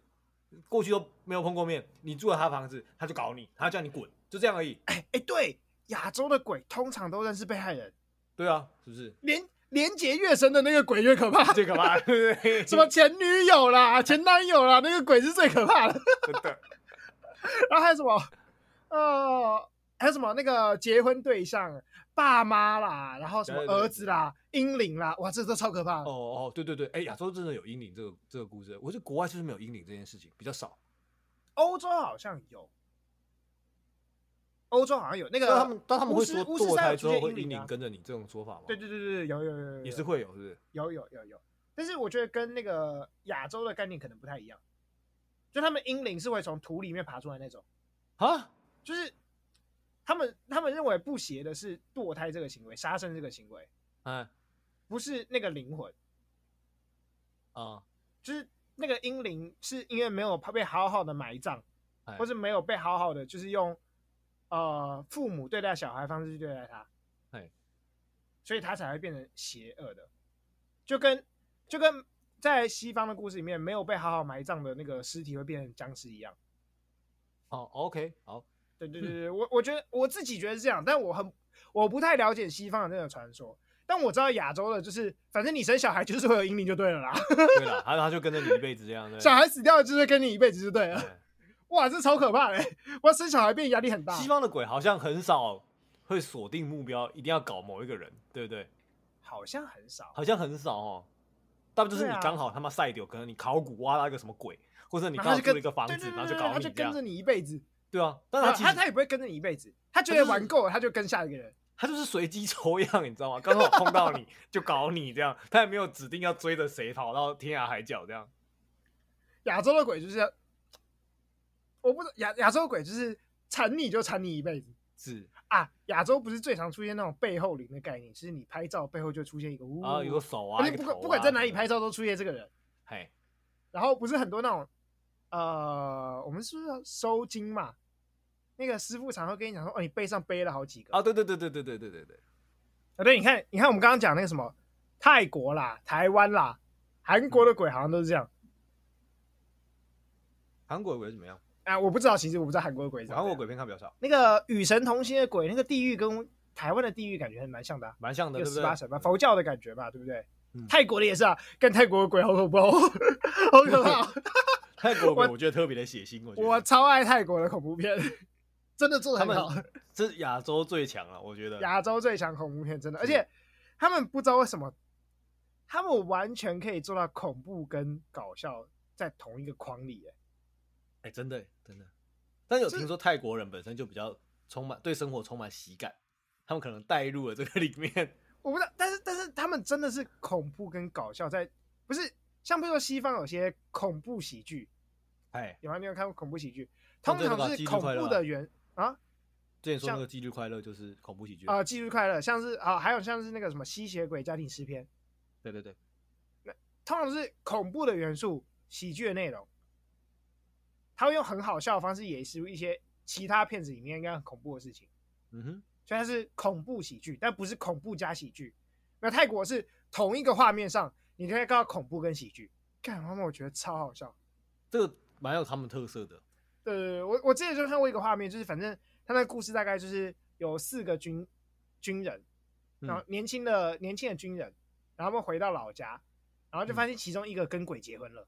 过去都没有碰过面，你住了他房子，他就搞你，他叫你滚，就这样而已。这样哎哎，对，亚洲的鬼通常都认识被害人，？对啊，是不是 连连结越深的那个鬼越可怕。最可怕， 对不对？什么前女友啦、前男友啦，那个鬼是最可怕的。 真的？然后还有什么？呃，还有什么？那个结婚对象、爸妈啦，然后什么对对对儿子啦、英灵啦，哇，这都超可怕的。哦哦，对对对，哎，亚洲真的有阴灵这个这个故事，我觉得国外就是没有阴灵这件事情比较少，欧洲好像有，欧洲好像有那个但他们但他们会说啊巫师巫师堕三胎有之出后现会阴阴灵啊灵跟着你这种说法吗？对对对对，有有有有有也是会有，是不是？有有有有，但是我觉得跟那个亚洲的概念可能不太一样，就他们英灵是会从土里面爬出来那种，啊，就是他们他们认为不协的是堕胎这个行为、杀生这个行为，哎不是那个灵魂，啊，就是那个英灵是因为没有被好好的埋葬，哎或是没有被好好的就是用呃父母对待小孩方式去对待他，哎，所以他才会变成邪恶的，就跟就跟在西方的故事里面没有被好好埋葬的那个尸体会变成僵尸一样。哦，OK，好，对对对嗯对，我我觉得我自己觉得是这样，但我很我不太了解西方的那个传说，但我知道亚洲的就是，反正你生小孩就是会有阴灵就对了啦，对了，他他就跟着你一辈子这样，对 不小对。孩死掉了就是跟你一辈子就对了。哎哇，这超可怕的！哇，生小孩变压力很大。西方的鬼好像很少会锁定目标，一定要搞某一个人，对不对？好像很少，好像很少哦，大部分就是对你啊刚好他妈晒丢，可能你考古挖到一个什么鬼，或者你然刚后好就住跟了一个房对子，对对然后就对搞他你就这跟样着，你一辈子。对啊。但他是他他其实他也不会跟着你一辈子，他觉他得就是玩够了，他就跟下一个人。他就是随机抽样，你知道吗？刚好碰到你就搞你这样，他也没有指定要追着谁跑到天涯海角这样。亚洲的鬼就是，我不知亚亚洲鬼就是缠你就缠你一辈子是啊。亚洲不是最常出现那种背后灵的概念，就是你拍照背后就出现一个呜啊，有个手啊，而一且个哦不管头啊不管在哪里拍，照都出现这个人。嘿，然后不是很多那种，呃，我们是不是要收金嘛？那个师傅常会跟你讲说，哦，你背上背了好几个啊，对对对对对对对对对，啊，对，你看，你看我们刚刚讲那个什么泰国啦、台湾啦、韩国的鬼好像都是这样。韩国鬼怎么样？啊，我不知道，其实我不知道韩国的鬼是怎么韩样。国鬼片看比较少，那个《与神同行》的鬼，那个地狱跟台湾的地狱感觉还蛮像的、啊，蛮像的，那个对不十对？八神吧，佛教的感觉吧，对不对？嗯泰国的也是啊，跟泰国的鬼好恐怖哦，好可怕 哦！泰国鬼我我觉得特别的血腥，我觉得我超爱泰国的恐怖片，真的做的他很们好。这是亚洲最强了，我觉得。亚洲最强恐怖片，真的，是而且他们不知道为什么，他们完全可以做到恐怖跟搞笑在同一个框里。哎哎、真的真的，但有是听说泰国人本身就比较充满对生活充满喜感，他们可能带入了这个 里面。我不知道，但是但是他们真的是恐怖跟搞笑在，不是像比如说西方有些恐怖喜剧，哎，有吗？你有看过恐怖喜剧？像通这个吧常是基督恐快乐怖啊的原啊之前说那像个《纪律快乐》就是恐怖喜剧。啊，忌日快乐，像是啊，还有像是那个什么吸血鬼家庭诗篇，对对对，通常是恐怖的元素、喜剧的内容，他会用很好笑的方式演示一些其他片子里面应该很恐怖的事情，嗯哼，所以它是恐怖喜剧，但不是恐怖加喜剧。那泰国是同一个画面上，你可以看到恐怖跟喜剧，干他妈我觉得超好笑。这个蛮有他们特色的。对对对，我我之前就看过一个画面，就是反正他那故事大概就是有四个军军人，然后年轻的、年轻的军人，然后他们回到老家，然后就发现其中一个跟鬼结婚了，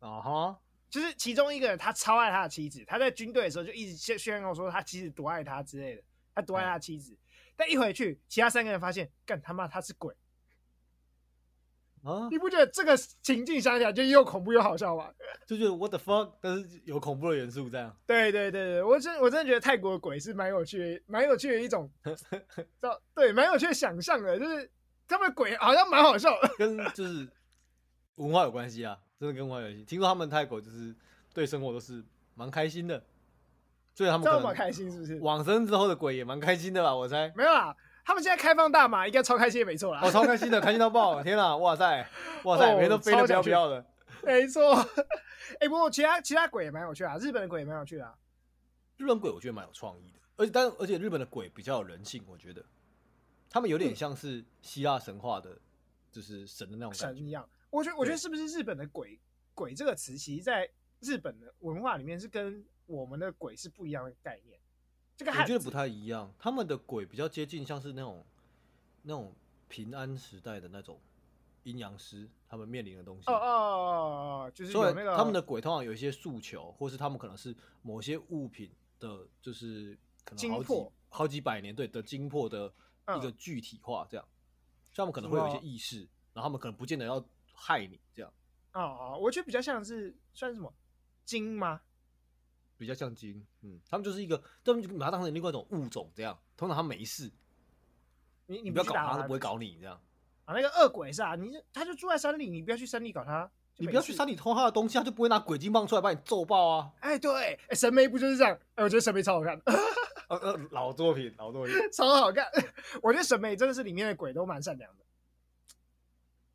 哦哈，就是其中一个人他超爱他的妻子，他在军队的时候就一直宣宣告说他妻子多爱他之类的，他多爱嗯他妻子，但一回去，其他三个人发现，干他妈他是鬼，啊，你不觉得这个情境想起来就又恐怖又好笑吗？ 就觉得 what the fuck，但是有恐怖的元素这样。对对对对，我真我真的觉得泰国的鬼是蛮有趣的，蛮有趣的一 种，叫对，蛮有趣的想象的，就是他们的鬼好像蛮好笑的。跟就是文化有关系啊，真的跟文化有关系。听说他们泰国就是对生活都是蛮开心的，所以他们这可么能开心是不是？往生之后的鬼也蛮开心的吧？我猜，没有啦，他们现在开放大麻，应该超开心也没错啦 我、。哦超开心的，开心到爆！天啊，哇塞，哇塞，哦每天都飞得超不要想不去要的。没错。 哎、不过其他其他鬼也蛮有趣的啊，日本的鬼也蛮有趣的啊。日本鬼我觉得蛮有创意的，而且但而且日本的鬼比较有人性，我觉得他们嗯有点像是希腊神话的，就是神的那种感神觉。一样。我觉得，我觉得是不是日本的鬼“鬼”这个词，其实在日本的文化里面是跟我们的“鬼”是不一样的概念。这个我汉觉得字不太一样，他们的鬼比较接近像是那种那种平安时代的那种阴阳师他们面临的东西。哦哦哦哦，就是所有以那个他们的鬼通常有一些诉求，或是他们可能是某些物品的，就是可能好精嗯几魄好几百年对的精魄的一个具体化，这样，所以他们可能会有一些意识，然后他们可能不见得要害你，这样哦哦，我觉得比较像是算什么精吗？比较像精，嗯，他们就是一个，他们就把它当成另外一种物种，这样，通常他没事，你你你不要去搞打他，他不会搞你，这样，啊。那个恶鬼是啊，你就他就住在山里，你不要去山里搞他，就你没不要去事山。里偷他的东西，他就不会拿鬼金棒出来把你揍爆啊，哎，对，哎，神眉不就是这样？哎，我觉得神眉超好看， 呃呃，老作品，老作品，超好看。 我觉得神眉真的是里面的鬼都蛮善良的，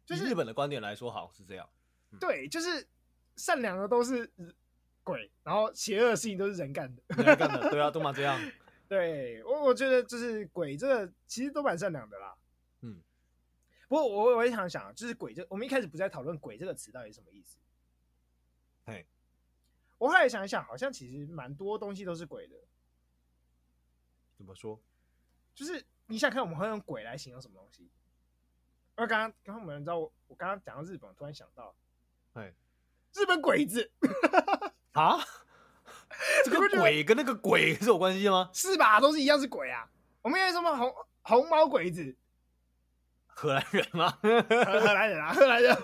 就以是日本的观点来说，好像是这样，对，就是善良的都是鬼，然后邪恶的事情都是人干的。 你来干的，对啊，都嘛这样。对我，我觉得就是鬼这个其实都蛮善良的啦。嗯，不过我我也想想，就是鬼这，我们一开始不是在讨论鬼这个词到底是什么意思？嘿，我后来想一想，好像其实蛮多东西都是鬼的，怎么说？就是你想看我们会用鬼来形容什么东西？而刚刚刚刚我们知道我我刚刚讲到日本，我突然想到，嘿，日本鬼子 啊？你这个不觉得鬼跟那个鬼是有关系的吗？是吧？都是一样是鬼啊。我们有什么红红毛鬼子？ 荷兰人吗？ 荷荷兰人啊， 荷兰人，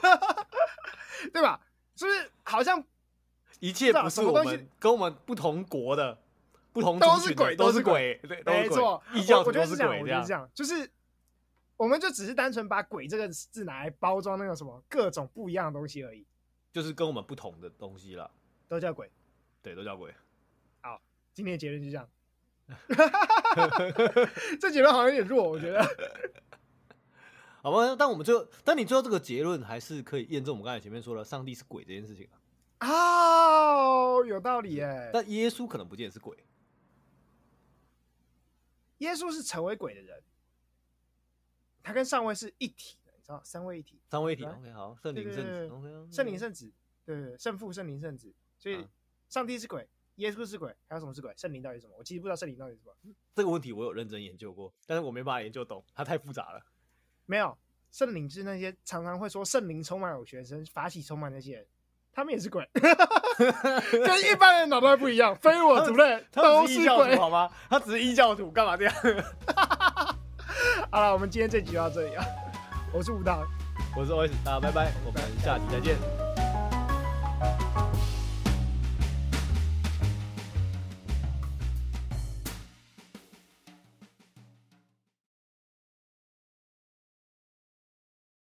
对吧？就是好像一切不是什么我东西们跟我们不同国的、不同族群的都是鬼都是都鬼，对，都没是错鬼，，异教我徒我觉都得是是这样，鬼我觉这得样是这。样，就是我们就只是单纯把“鬼”这个字拿来包装那个什么各种不一样的东西而已，就是跟我们不同的东西啦，都叫鬼。对，都叫鬼。今天的结论就这 样，这结论好像有点弱，我觉得。好吧，但我们最后，但你最后这个结论还是可以验证我们刚才前面说了，上帝是鬼这件事情啊。哦，有道理耶。但耶稣可能不见得是鬼，耶稣是成为鬼的人，他跟上位是一体的，你知道，三位一体。三位一体。来 OK，好，圣灵对圣对子对，OK，啊圣灵圣子，对对对，圣父、圣灵、圣子，所以啊上帝是鬼，耶稣是鬼，还有什么是鬼？圣灵到底是什么？我其实不知道圣灵到底是什么。这个问题我有认真研究过，但是我没办法研究懂，它太复杂了。没有，圣灵是那些常常会说圣灵充满我学生，法喜充满那些人，他们也是 鬼，跟一般人脑袋不一样，非我族类他都只是异是教鬼徒。好吗？他只是异教徒，干嘛这样？好了，我们今天这集就到这里啊，我是吴导。我是 OS，大家拜拜，我们下期再见。